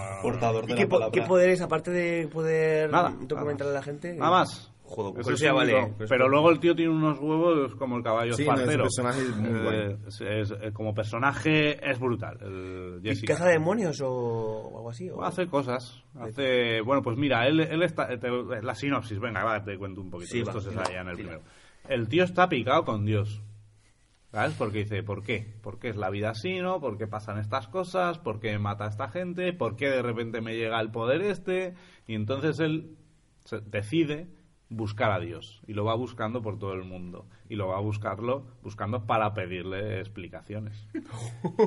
Speaker 4: ¿Y qué, po- qué poderes, aparte de poder
Speaker 1: Nada,
Speaker 4: documentar
Speaker 1: nada.
Speaker 4: a la gente?
Speaker 1: Nada más.
Speaker 4: juego.
Speaker 1: Eso
Speaker 4: Con
Speaker 1: es
Speaker 4: eso ya
Speaker 1: un
Speaker 4: vale.
Speaker 1: no.
Speaker 4: Con eso-
Speaker 1: Pero luego el tío tiene unos huevos como el caballo
Speaker 2: Sí, no, ese
Speaker 1: espartero.
Speaker 2: personaje es muy
Speaker 1: Eh,
Speaker 2: guay.
Speaker 1: es- es- eh, como personaje es brutal. el
Speaker 4: ¿Y
Speaker 1: Jessica.
Speaker 4: ¿Caza demonios o, o algo así? o-
Speaker 1: Hace cosas. Hace, bueno, pues mira, él, él está. te- la sinopsis, venga, va, te cuento un poquito.
Speaker 4: Sí,
Speaker 1: Esto
Speaker 4: va,
Speaker 1: se
Speaker 4: tira,
Speaker 1: sabe ya en el
Speaker 4: tira.
Speaker 1: primero. El tío está picado con Dios. ¿Sabes? Porque dice, ¿por qué? ¿Por qué es la vida así, no? ¿Por qué pasan estas cosas? ¿Por qué mata a esta gente? ¿Por qué de repente me llega el poder este? Y entonces él se- decide buscar a Dios. Y lo va buscando por todo el mundo. Y lo va a buscarlo, buscando para pedirle explicaciones.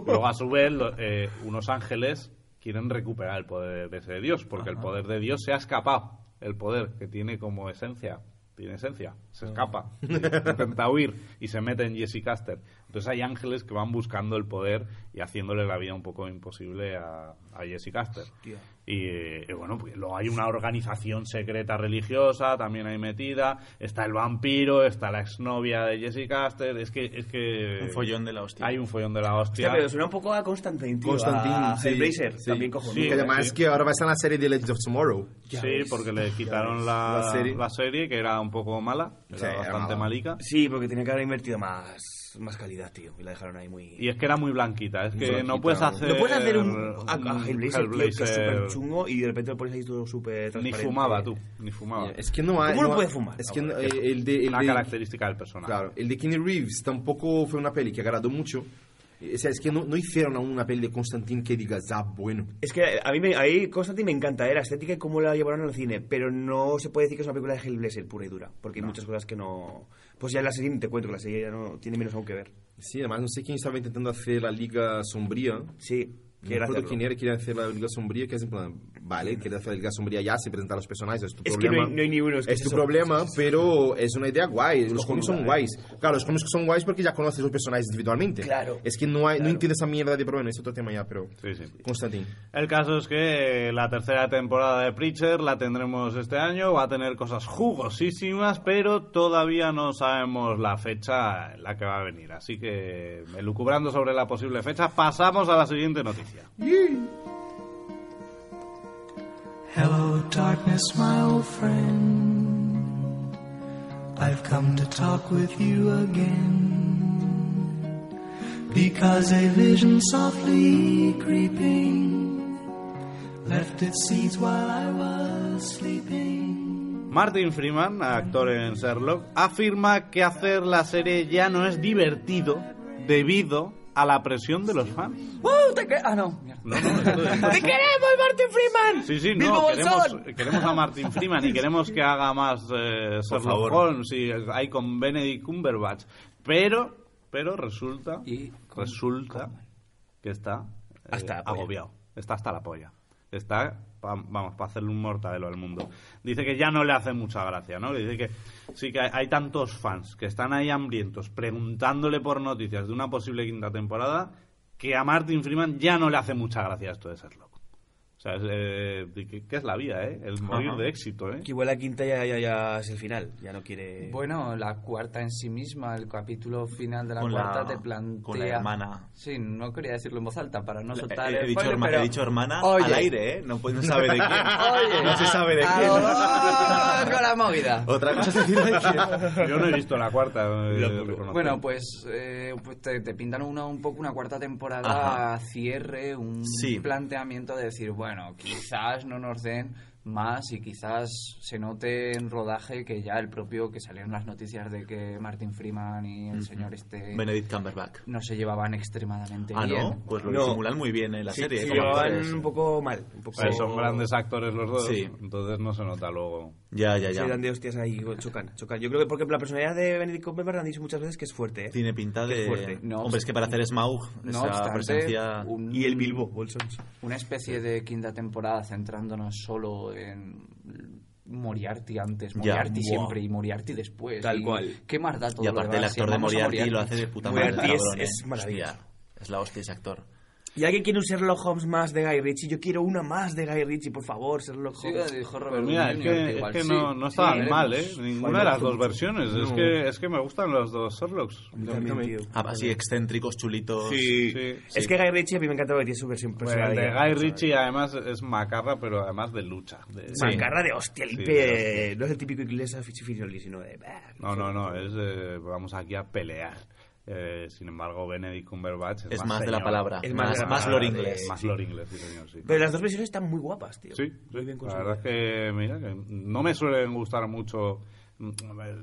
Speaker 1: Luego, a su vez, lo- eh, unos ángeles quieren recuperar el poder de ese Dios, porque el poder de Dios se ha escapado. El poder que tiene como esencia, tiene esencia, se escapa, intenta huir y se mete en Jesse Caster. Entonces hay ángeles que van buscando el poder y haciéndole la vida un poco imposible a, a Jesse Caster. Y, eh, bueno, pues luego hay una organización secreta religiosa también ahí metida, está el vampiro, está la exnovia de Jesse Caster, es que... Es que
Speaker 3: Un follón de la hostia.
Speaker 1: Hay un follón de la hostia.
Speaker 4: Hostia, pero suena un poco a Constantine, tío.
Speaker 2: Constantine,
Speaker 4: a
Speaker 2: sí,
Speaker 4: Hellblazer,
Speaker 2: sí.
Speaker 4: también cojonudo.
Speaker 1: Sí,
Speaker 2: que además
Speaker 1: sí.
Speaker 2: que ahora va a estar en la serie de Legends of Tomorrow.
Speaker 1: Sí, porque le quitaron la,
Speaker 2: La
Speaker 1: la
Speaker 2: serie.
Speaker 1: serie. que era un poco mala, era
Speaker 2: Sí, era
Speaker 1: bastante
Speaker 2: mala.
Speaker 1: malica.
Speaker 4: Sí, porque tenía que haber invertido más, más calidad, tío. Y la dejaron ahí muy...
Speaker 1: Y es que era muy blanquita, es que
Speaker 2: Blanquita.
Speaker 1: no puedes hacer.
Speaker 4: No puedes hacer un, a, a
Speaker 1: un
Speaker 4: Hellblazer, tío, que es
Speaker 1: Hellblazer.
Speaker 4: súper chungo y de repente lo pones ahí todo súper
Speaker 1: Ni
Speaker 4: transparente.
Speaker 1: fumaba tú, ni fumaba.
Speaker 2: Es que no hay.
Speaker 4: ¿Cómo no
Speaker 2: no
Speaker 4: puede fumar?
Speaker 2: Es que
Speaker 4: No,
Speaker 2: no-
Speaker 4: porque-
Speaker 2: eh, el de. El
Speaker 1: una
Speaker 2: de-
Speaker 1: característica del personaje.
Speaker 2: Claro, el de Kenny Reeves tampoco fue una peli que agradó mucho. Eh, O sea, es que no, no hicieron aún una peli de Constantine que digas, ah, bueno.
Speaker 4: Es que a mí me, ahí Constantine me encanta, eh, la estética y cómo la llevaron al cine, pero no se puede decir que es una película de Hellblazer pura y dura, porque hay muchas cosas que no... Pues ya en la serie ni te cuento, que la serie ya no tiene menos aún que ver.
Speaker 2: Sí, además no sé quién estaba intentando hacer la Liga Sombría.
Speaker 4: Sí,
Speaker 2: No
Speaker 4: qué gracia,
Speaker 2: recuerdo
Speaker 4: bro.
Speaker 2: quién era que quería hacer la Liga Sombría, que es en plan, vale, quería hacer la Liga Sombría ya sin presentar a los personajes, es tu
Speaker 4: Es que
Speaker 2: é problema.
Speaker 4: no hay, no hay ni uno, es, que
Speaker 2: es tu
Speaker 4: eso.
Speaker 2: problema, pero es una idea guay. Los
Speaker 4: cojonuda,
Speaker 2: cómics son
Speaker 4: eh.
Speaker 2: guays. Claro, los cómics son guays porque ya conoces los personajes individualmente.
Speaker 4: Claro.
Speaker 2: Es que no, hay, no entiendes esa mierda de problema. es otro tema ya, pero.
Speaker 1: Sí, sí.
Speaker 2: Constantine.
Speaker 1: El caso es que eh, la tercera temporada de Preacher la tendremos este año, va a tener cosas jugosísimas, pero todavía no sabemos la fecha en la que va a venir. Así que, elucubrando sobre la posible fecha, pasamos a la siguiente noticia.
Speaker 9: Hello, darkness, my old friend. I've come to talk with you again. Because a vision softly creeping left its seeds while I was sleeping.
Speaker 1: Martin Freeman, actor en Sherlock, afirma que hacer la serie ya no es divertido debido a la presión de los fans.
Speaker 5: ¡Wow! ¡Te que- Ah, no. mierda.
Speaker 1: No, no, esto es-
Speaker 5: ¡Te queremos, Martin Freeman!
Speaker 1: Sí, sí,
Speaker 5: ¡Bilbo
Speaker 1: no, queremos,
Speaker 5: Bolsón!
Speaker 1: queremos a Martin Freeman y queremos que haga más eh, Sherlock
Speaker 2: favor.
Speaker 1: Holmes y eh, hay con Benedict Cumberbatch. Pero, pero resulta,
Speaker 5: Y con-
Speaker 1: resulta que está eh,
Speaker 4: Hasta la polla.
Speaker 1: agobiado. Está hasta la polla. Está, pa- vamos, para hacerle un mortadelo al mundo. Dice que ya no le hace mucha gracia, ¿no? Dice que sí que hay, hay tantos fans que están ahí hambrientos preguntándole por noticias de una posible quinta temporada que a Martin Freeman ya no le hace mucha gracia esto de Sherlock. O sea, es, eh, de que, que es la vida, ¿eh? El morir de éxito, ¿eh?
Speaker 4: Que igual la quinta ya, ya, ya es el final, ya no quiere...
Speaker 5: Bueno, la cuarta en sí misma, el capítulo final de la
Speaker 3: Con la-
Speaker 5: cuarta te plantea...
Speaker 3: con la hermana.
Speaker 5: Sí, no quería decirlo en voz alta para no
Speaker 3: He,
Speaker 5: soltar el
Speaker 3: he dicho
Speaker 5: spoiler,
Speaker 3: hermana,
Speaker 5: pero-
Speaker 3: he dicho hermana
Speaker 5: Oye,
Speaker 3: al aire, ¿eh? No, puede- no sabe de quién.
Speaker 5: Oye,
Speaker 3: no se sabe de
Speaker 5: a
Speaker 3: quién.
Speaker 5: dolor con la movida.
Speaker 2: Otra cosa es decir,
Speaker 1: Yo no he visto la cuarta. eh, reconozco.
Speaker 5: Bueno, pues, eh, pues te, te pintan una, un poco una cuarta temporada cierre, un
Speaker 3: Sí.
Speaker 5: planteamiento de decir, bueno, quizás no nos den más y quizás se note en rodaje que ya el propio que salieron las noticias de que Martin Freeman y el señor este
Speaker 3: Benedict Cumberbatch.
Speaker 5: no se llevaban
Speaker 1: Este,
Speaker 5: extremadamente
Speaker 3: Ah,
Speaker 5: bien.
Speaker 3: ¿no? Pues lo
Speaker 4: No.
Speaker 3: disimulan muy bien en la
Speaker 4: Sí,
Speaker 3: serie.
Speaker 4: sí,
Speaker 3: como actores.
Speaker 4: llevaban un poco mal, un poco...
Speaker 1: A ver, Eh, son grandes actores los dos,
Speaker 3: Sí.
Speaker 1: entonces no se nota luego.
Speaker 3: Ya, ya,
Speaker 4: Se
Speaker 3: ya.
Speaker 4: dan de hostias ahí, chocan, chocan. Yo creo que porque la personalidad de Benedict Cumberbatch la han dicho muchas veces que es fuerte, ¿eh?
Speaker 3: Tiene pinta
Speaker 4: Qué
Speaker 3: de...
Speaker 4: fuerte.
Speaker 5: No
Speaker 3: Hombre, es que para hacer Smaug,
Speaker 5: No
Speaker 3: esa
Speaker 5: obstante,
Speaker 3: presencia...
Speaker 5: un-
Speaker 4: Y el Bilbo, Bolsons.
Speaker 5: Una especie de quinta temporada centrándonos solo en Moriarty antes,
Speaker 3: Ya,
Speaker 5: Moriarty
Speaker 3: buah.
Speaker 5: siempre y Moriarty después.
Speaker 4: Tal
Speaker 5: y
Speaker 4: cual.
Speaker 5: ¿Qué más da todo
Speaker 3: Y
Speaker 5: lo
Speaker 3: aparte el
Speaker 5: demás? Si
Speaker 3: actor de
Speaker 5: amamos a
Speaker 3: Moriarty lo hace de puta madre.
Speaker 4: Moriarty es-
Speaker 3: cabrón, ¿eh?
Speaker 4: es maravilloso.
Speaker 3: Hostia, Es la hostia ese actor.
Speaker 4: Y alguien quiere un Sherlock Holmes más de Guy Ritchie. Yo quiero una más de Guy Ritchie, por favor, Sherlock
Speaker 5: Sí,
Speaker 4: Holmes.
Speaker 5: dijo
Speaker 1: Pues
Speaker 5: Robert
Speaker 1: mira, es
Speaker 5: Downey Jr.
Speaker 1: que, es
Speaker 5: igual
Speaker 1: que
Speaker 5: sí.
Speaker 1: no, no está
Speaker 5: Sí,
Speaker 1: mal, ¿eh?
Speaker 5: veremos.
Speaker 1: Ninguna de las dos versiones. Es, que, es que me gustan los dos Sherlocks.
Speaker 4: Yo también, tío.
Speaker 3: Ah, Así excéntricos, chulitos.
Speaker 1: Sí, sí.
Speaker 4: Es que Guy Ritchie a mí me encanta porque tiene su versión
Speaker 1: Bueno,
Speaker 4: personal.
Speaker 1: el de
Speaker 4: ya,
Speaker 1: Guy
Speaker 4: ¿sabes?
Speaker 1: Ritchie además es macarra, pero además de lucha. De-
Speaker 4: Mancarra de hostia,
Speaker 1: Sí,
Speaker 4: limpie.
Speaker 1: de
Speaker 4: no es el típico inglés aficionado, sino de. bah,
Speaker 1: No, no, no, es, eh, vamos aquí a pelear. Eh, sin embargo, Benedict Cumberbatch es,
Speaker 3: Es más de la
Speaker 1: señor.
Speaker 3: palabra.
Speaker 4: Es más de
Speaker 3: más,
Speaker 4: la
Speaker 3: más
Speaker 4: palabra,
Speaker 3: lore
Speaker 4: sí.
Speaker 3: inglés.
Speaker 1: Más lore inglés, sí, señor, sí.
Speaker 4: Pero las dos versiones están muy guapas, tío.
Speaker 1: Sí,
Speaker 4: muy bien
Speaker 1: la verdad
Speaker 4: conseguidas.
Speaker 1: es que, mira, que no me suelen gustar mucho mm,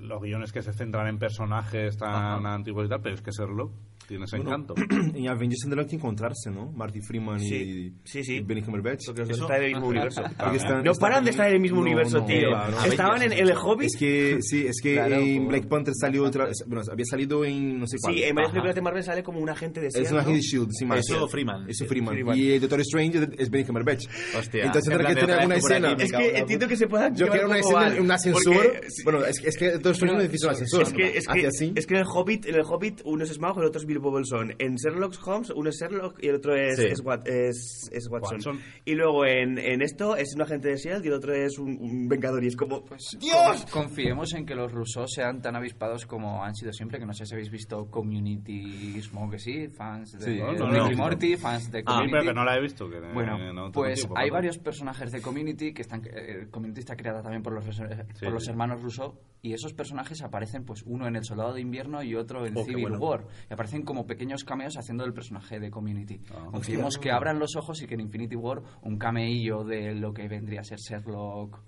Speaker 1: los guiones que se centran en personajes tan antiguos y tal, pero es que Sherlock tiene ese encanto.
Speaker 2: en Avengers tendrán que encontrarse, ¿no? Marty Freeman y-
Speaker 4: Sí,
Speaker 2: y,
Speaker 4: sí, sí.
Speaker 2: y Benny Cumberbatch.
Speaker 4: Porque los dos
Speaker 3: Eso-
Speaker 4: están en el mismo universo.
Speaker 2: Porque están-
Speaker 4: no
Speaker 2: están-
Speaker 4: paran de estar en el mismo
Speaker 2: No,
Speaker 4: universo,
Speaker 2: no,
Speaker 4: tío.
Speaker 2: claro.
Speaker 4: Estaban en el Hobbit.
Speaker 2: Es que, sí, es que
Speaker 5: Claro,
Speaker 2: en
Speaker 5: por-
Speaker 2: Black Panther salió otra... Bueno, había salido en no sé cuál.
Speaker 4: Sí, en varias películas de Marvel sale como un agente de
Speaker 2: Es
Speaker 4: SEAL,
Speaker 2: un
Speaker 4: ¿no?
Speaker 2: agente de S.H.I.E.L.D. sin más.
Speaker 3: Eso Freeman.
Speaker 2: Eso Freeman.
Speaker 4: Freeman.
Speaker 2: Y el Doctor Strange es Benny Cumberbatch.
Speaker 3: Hostia.
Speaker 2: Entonces tendrá
Speaker 3: En plan
Speaker 2: que
Speaker 3: de
Speaker 2: tener
Speaker 3: otra
Speaker 2: alguna
Speaker 3: vez por
Speaker 2: escena.
Speaker 3: aquí,
Speaker 4: Es que entiendo que se pueda.
Speaker 2: Yo quiero una escena en un ascensor.
Speaker 4: Porque-
Speaker 2: Bueno, es, es que Doctor Strange no es difícil un ascensor.
Speaker 4: Es que, es, que,
Speaker 2: Hace así.
Speaker 4: es que en el Hobbit, en el Hobbit uno es Smaug y el otro es Bilbo Bolsón. En Sherlock Holmes uno es Sherlock y el otro es,
Speaker 3: Sí.
Speaker 4: es Wat- es- es Watson.
Speaker 1: Watson.
Speaker 4: Y luego en, en esto es un agente de S.H.I.E.L.D. y el otro es un, un vengador. Y es como,
Speaker 5: Pues,
Speaker 4: ¡Dios!
Speaker 5: con- Confiemos en que los rusos sean tan avispados como han sido siempre, que no sé si habéis visto Community, supongo que sí, fans de
Speaker 2: Sí,
Speaker 1: no,
Speaker 5: Rick
Speaker 1: no.
Speaker 5: y Morty, fans de
Speaker 1: Sí,
Speaker 5: Community.
Speaker 1: pero que no la he visto. que, eh, no
Speaker 5: Bueno,
Speaker 1: tengo
Speaker 5: pues
Speaker 1: tiempo
Speaker 5: hay
Speaker 1: para-
Speaker 5: varios personajes de Community que están. eh, Community está creada también por los, eh,
Speaker 1: Sí,
Speaker 5: por los
Speaker 1: sí.
Speaker 5: hermanos Russo y esos personajes aparecen, pues uno en El Soldado de Invierno y otro en
Speaker 3: Oh, qué
Speaker 5: Civil
Speaker 3: bueno.
Speaker 5: War. Y aparecen como pequeños cameos haciendo el personaje de Community.
Speaker 1: Ah,
Speaker 5: Confiemos que abran los ojos y que en Infinity War un cameillo de lo que vendría a ser Sherlock.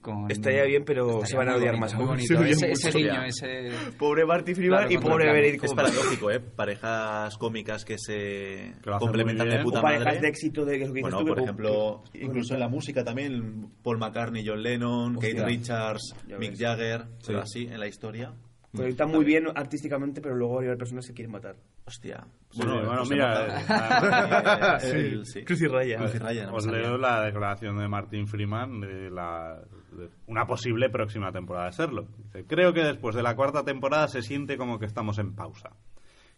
Speaker 5: Con...
Speaker 4: Estaría bien, pero se van a
Speaker 5: muy
Speaker 4: odiar
Speaker 5: bonito,
Speaker 4: más
Speaker 5: muy
Speaker 4: aún.
Speaker 5: bonito.
Speaker 4: Se odian
Speaker 5: Ese,
Speaker 4: mucho.
Speaker 5: ese guiño,
Speaker 3: Ya.
Speaker 5: ese.
Speaker 4: Pobre Marty Freeman
Speaker 5: Claro,
Speaker 4: y
Speaker 5: contra
Speaker 4: pobre
Speaker 5: el plan.
Speaker 4: Benedict
Speaker 3: Es
Speaker 4: Cumberbatch.
Speaker 3: paradójico, ¿eh? Parejas cómicas que se
Speaker 1: Que lo hacen
Speaker 3: complementan
Speaker 1: muy
Speaker 3: de
Speaker 1: bien.
Speaker 3: puta
Speaker 4: O parejas
Speaker 3: madre.
Speaker 4: de éxito de lo que dices
Speaker 3: Bueno,
Speaker 4: tú, que
Speaker 3: por
Speaker 4: po-
Speaker 3: ejemplo, incluso en la música también, Paul McCartney, John Lennon, Kate Richards, Mick Jagger, pero así en la historia.
Speaker 4: Conectan pues, muy bien artísticamente, pero luego a nivel personal se quieren matar.
Speaker 3: Hostia.
Speaker 1: Sí, bueno,
Speaker 3: pues
Speaker 1: mira,
Speaker 3: se
Speaker 1: eh, además,
Speaker 3: nota, eh, el- sí.
Speaker 4: Cruz y Raya.
Speaker 3: Cruz y Raya, no me
Speaker 1: eh, Os
Speaker 3: salía.
Speaker 1: leo la declaración de Martin Freeman de, la, de una posible próxima temporada de Sherlock. Dice, creo que después de la cuarta temporada se siente como que estamos en pausa.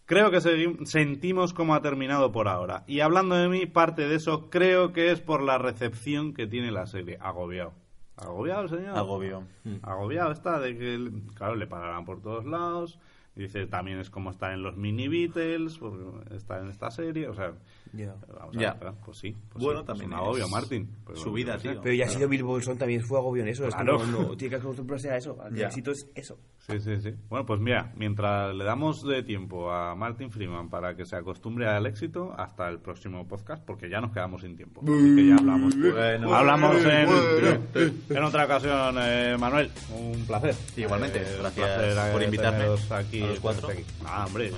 Speaker 1: Creo que segui- sentimos como ha terminado por ahora. Y hablando de mí, parte de eso creo que es por la recepción que tiene la serie. Agobiado. Agobiado, señor.
Speaker 3: Agobio.
Speaker 1: Agobiado está de que, el- claro, le pararán por todos lados. Dice, también es como estar en los mini Beatles, porque estar en esta serie. O sea,
Speaker 4: Ya.
Speaker 1: vamos a
Speaker 3: Ya.
Speaker 1: ver, pues sí. pues
Speaker 3: Bueno,
Speaker 1: sí,
Speaker 3: también
Speaker 1: Es un
Speaker 3: es
Speaker 1: agobio, Martín.
Speaker 3: su vida,
Speaker 1: yo qué sé.
Speaker 3: tío.
Speaker 4: Pero ya ha sido Bill Bolson también fue agobio en eso.
Speaker 1: Claro.
Speaker 4: Es como, no, tiene que acostumbrarse a eso. Al
Speaker 3: Ya.
Speaker 4: éxito es eso.
Speaker 1: Sí, sí, sí. Bueno, pues mira, mientras le damos de tiempo a Martin Freeman para que se acostumbre al éxito, hasta el próximo podcast, porque ya nos quedamos sin tiempo. Así que ya hablamos.
Speaker 3: Bueno.
Speaker 1: hablamos en, en otra ocasión, eh, Manuel. Un placer.
Speaker 3: Sí, igualmente.
Speaker 1: un
Speaker 3: Gracias
Speaker 1: placer, eh,
Speaker 3: por invitarme
Speaker 1: teneros aquí,
Speaker 3: a los cuatro.
Speaker 1: tenerte aquí. Ah, hombre, eh,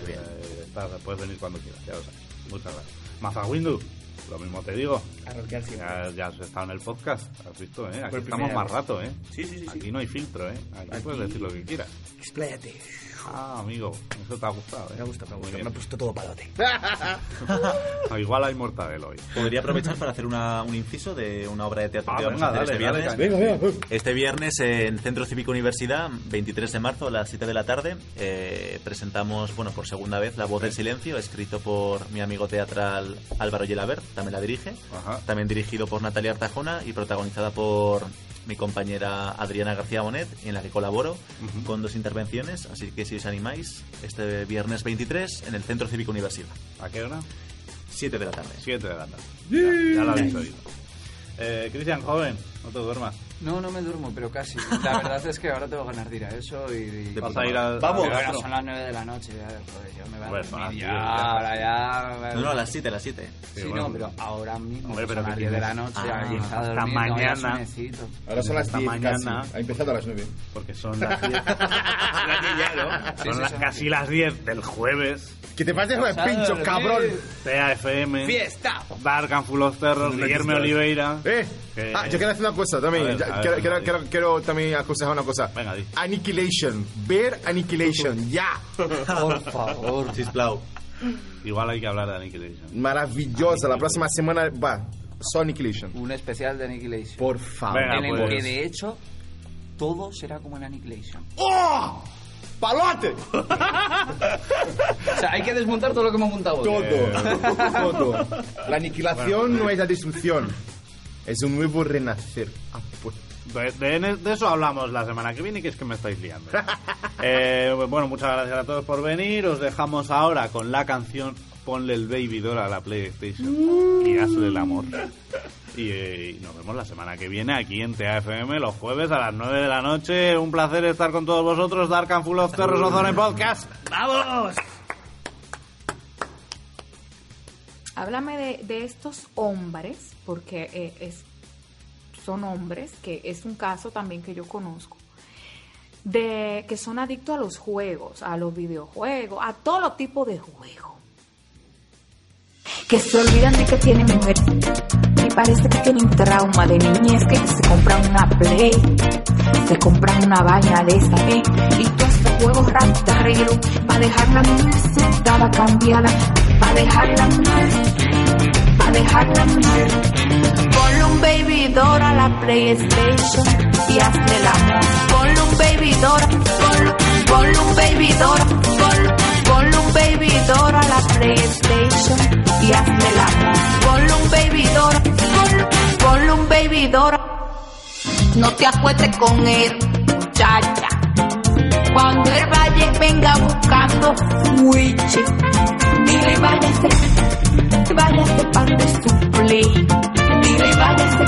Speaker 1: estás- puedes venir cuando quieras, ya lo sabes. Muchas gracias. Maza Windu, lo mismo te digo.
Speaker 4: Arrancar siempre.
Speaker 1: Ya, ya has estado en el podcast, has visto, ¿eh? Aquí
Speaker 4: Por
Speaker 1: estamos
Speaker 4: primera
Speaker 1: más rato, ¿eh?
Speaker 4: Sí, sí, sí, sí.
Speaker 1: Aquí no hay filtro, ¿eh? Aquí, puedes decir lo que quieras.
Speaker 4: Expláyate.
Speaker 1: Ah, amigo, eso te ha gustado, ¿eh?
Speaker 4: Me gusta, me
Speaker 1: Muy
Speaker 4: gusta. Me
Speaker 1: bien.
Speaker 4: ha puesto todo palote.
Speaker 1: Ah, Igual hay mortadel hoy.
Speaker 3: Podría aprovechar para hacer una- un inciso de una obra de teatro
Speaker 1: Ah,
Speaker 3: que vamos
Speaker 1: venga,
Speaker 3: a hacer
Speaker 1: dale,
Speaker 3: este
Speaker 1: dale,
Speaker 3: viernes.
Speaker 1: caña.
Speaker 3: Este viernes en Centro Cívico Universidad, 23 de marzo a las 7 de la tarde, eh, presentamos, bueno, por segunda vez, La Voz del Silencio, escrito por mi amigo teatral Álvaro Gelabert, también la dirige,
Speaker 1: Ajá.
Speaker 3: también dirigido por Natalia Artajona y protagonizada por mi compañera Adriana García Bonet, en la que colaboro con dos intervenciones, así que si os animáis, este viernes 23 en el Centro Cívico Universidad,
Speaker 1: ¿A qué hora?
Speaker 3: 7 de la tarde.
Speaker 1: 7 de la tarde. Ya, ya lo habéis oído. Eh, Cristian, joven, no te duermas.
Speaker 5: No, no me duermo, pero casi. La verdad es que ahora tengo ganas de ir a eso y. y-
Speaker 1: Vas a ir al...
Speaker 5: Vamos,
Speaker 1: al
Speaker 5: ahora
Speaker 1: teatro.
Speaker 5: son las 9 de la noche, ya, joder, yo me voy a
Speaker 1: Hombre, son las
Speaker 5: dormir
Speaker 1: 10,
Speaker 5: ya,
Speaker 1: ya.
Speaker 5: ahora ya...
Speaker 3: No, no, a las 7, a las 7.
Speaker 5: Sí,
Speaker 1: Sí, bueno.
Speaker 5: no, pero ahora mismo
Speaker 1: Hombre, pero
Speaker 5: son las
Speaker 1: que
Speaker 5: 10 de la
Speaker 1: tienes-
Speaker 5: noche,
Speaker 3: Ah,
Speaker 5: aquí está
Speaker 1: hasta
Speaker 5: dormido,
Speaker 1: mañana.
Speaker 5: ya sueñecito.
Speaker 2: Ahora son las
Speaker 1: Hasta
Speaker 2: 10
Speaker 1: mañana.
Speaker 2: casi. Ha empezado a las 9.
Speaker 1: Porque son las 10. Son las- casi las 10 del jueves.
Speaker 2: Que te pases de pincho, cabrón.
Speaker 1: TAFM. ¡Fiesta! Dark and Full of Terror, Guillermo Oliveira.
Speaker 2: Eh,
Speaker 1: Que-
Speaker 2: ah, yo quiero hacer una cosa
Speaker 1: A
Speaker 2: también.
Speaker 1: ver,
Speaker 2: Ya,
Speaker 1: a ver,
Speaker 2: quiero,
Speaker 1: venga,
Speaker 2: quiero-
Speaker 1: di.
Speaker 2: quiero- quiero también aconsejar una cosa.
Speaker 1: Venga, di.
Speaker 2: Annihilation. Ver Annihilation. ya.
Speaker 5: Por favor.
Speaker 3: Sisplau.
Speaker 1: Igual hay que hablar de Annihilation.
Speaker 2: Maravillosa. La próxima semana va. Só Annihilation.
Speaker 5: Un especial de Annihilation.
Speaker 2: Por favor.
Speaker 1: Venga,
Speaker 5: en el
Speaker 1: pues.
Speaker 5: que, de hecho, todo será como en Annihilation.
Speaker 2: ¡Palote!
Speaker 5: O sea, hay que desmontar todo lo que hemos montado. hoy.
Speaker 2: Todo. Todo. La aniquilación no es la destrucción. Es un nuevo renacer. Ah, pues.
Speaker 1: De, e, de- de eso hablamos la semana que viene, que es que me estáis liando. Eh, bueno, muchas gracias a todos por venir. Os dejamos ahora con la canción Ponle el Baby Doll a la PlayStation y hazle el amor. Y, eh, y nos vemos la semana que viene aquí en TAFM los jueves a las 9 de la noche. Un placer estar con todos vosotros. Dark and Full of Terror Ozone Podcast.
Speaker 6: Háblame de, de estos hombres, porque eh, es, son hombres, que es un caso también que yo conozco, de que son adictos a los juegos, a los videojuegos, a todo los tipos de juegos.
Speaker 7: que se olvidan de que tienen mujer y parece que tienen trauma de niñez que se compran una play se compran una vaina de esa eh, y todos estos juegos rastrero para dejar la mujer daba cambiada para dejar la mujer para dejar la mujer ponle un baby door a la playstation y hazle el amor ponle un baby door ponle, ponle un baby door ponle, ponle un baby door a la playstation y hazle el amor ponle un baby door ponle, ponle un baby door no te acuestes con él muchacha cuando el valle venga buscando huiche dile váyase váyase este pan de su play. Dile, váyase,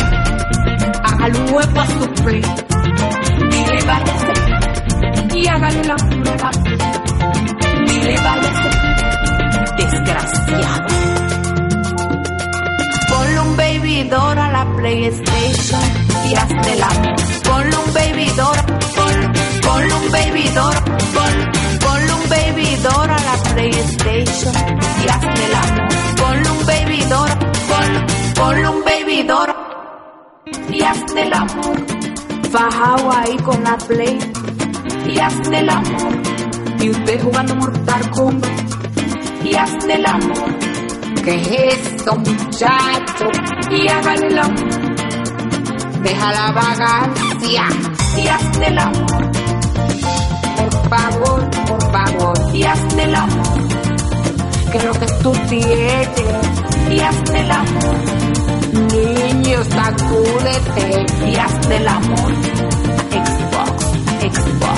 Speaker 7: hágale un hueco a su play. Dile, váyase, y hágale la prueba. Dile, váyase, desgraciado. Ponle un baby door a la PlayStation y hazte la Ponle un baby door, pon- ponle un baby door, pon- ponle un baby door a la PlayStation y hazte la Ponle un baby door, pon- ponle un baby door y hazte el amor. Bajado ahí con la play y hazte el amor. Y usted jugando Mortal Kombat y hazte el amor. ¿Qué es esto, muchacho? Y hágale el amor. Deja la vagancia y hazte el amor. Por favor, por favor, y hazte el amor. Que lo que tú tienes y hazte el amor. Niño, sacúdete y hazte el amor. Xbox, Xbox.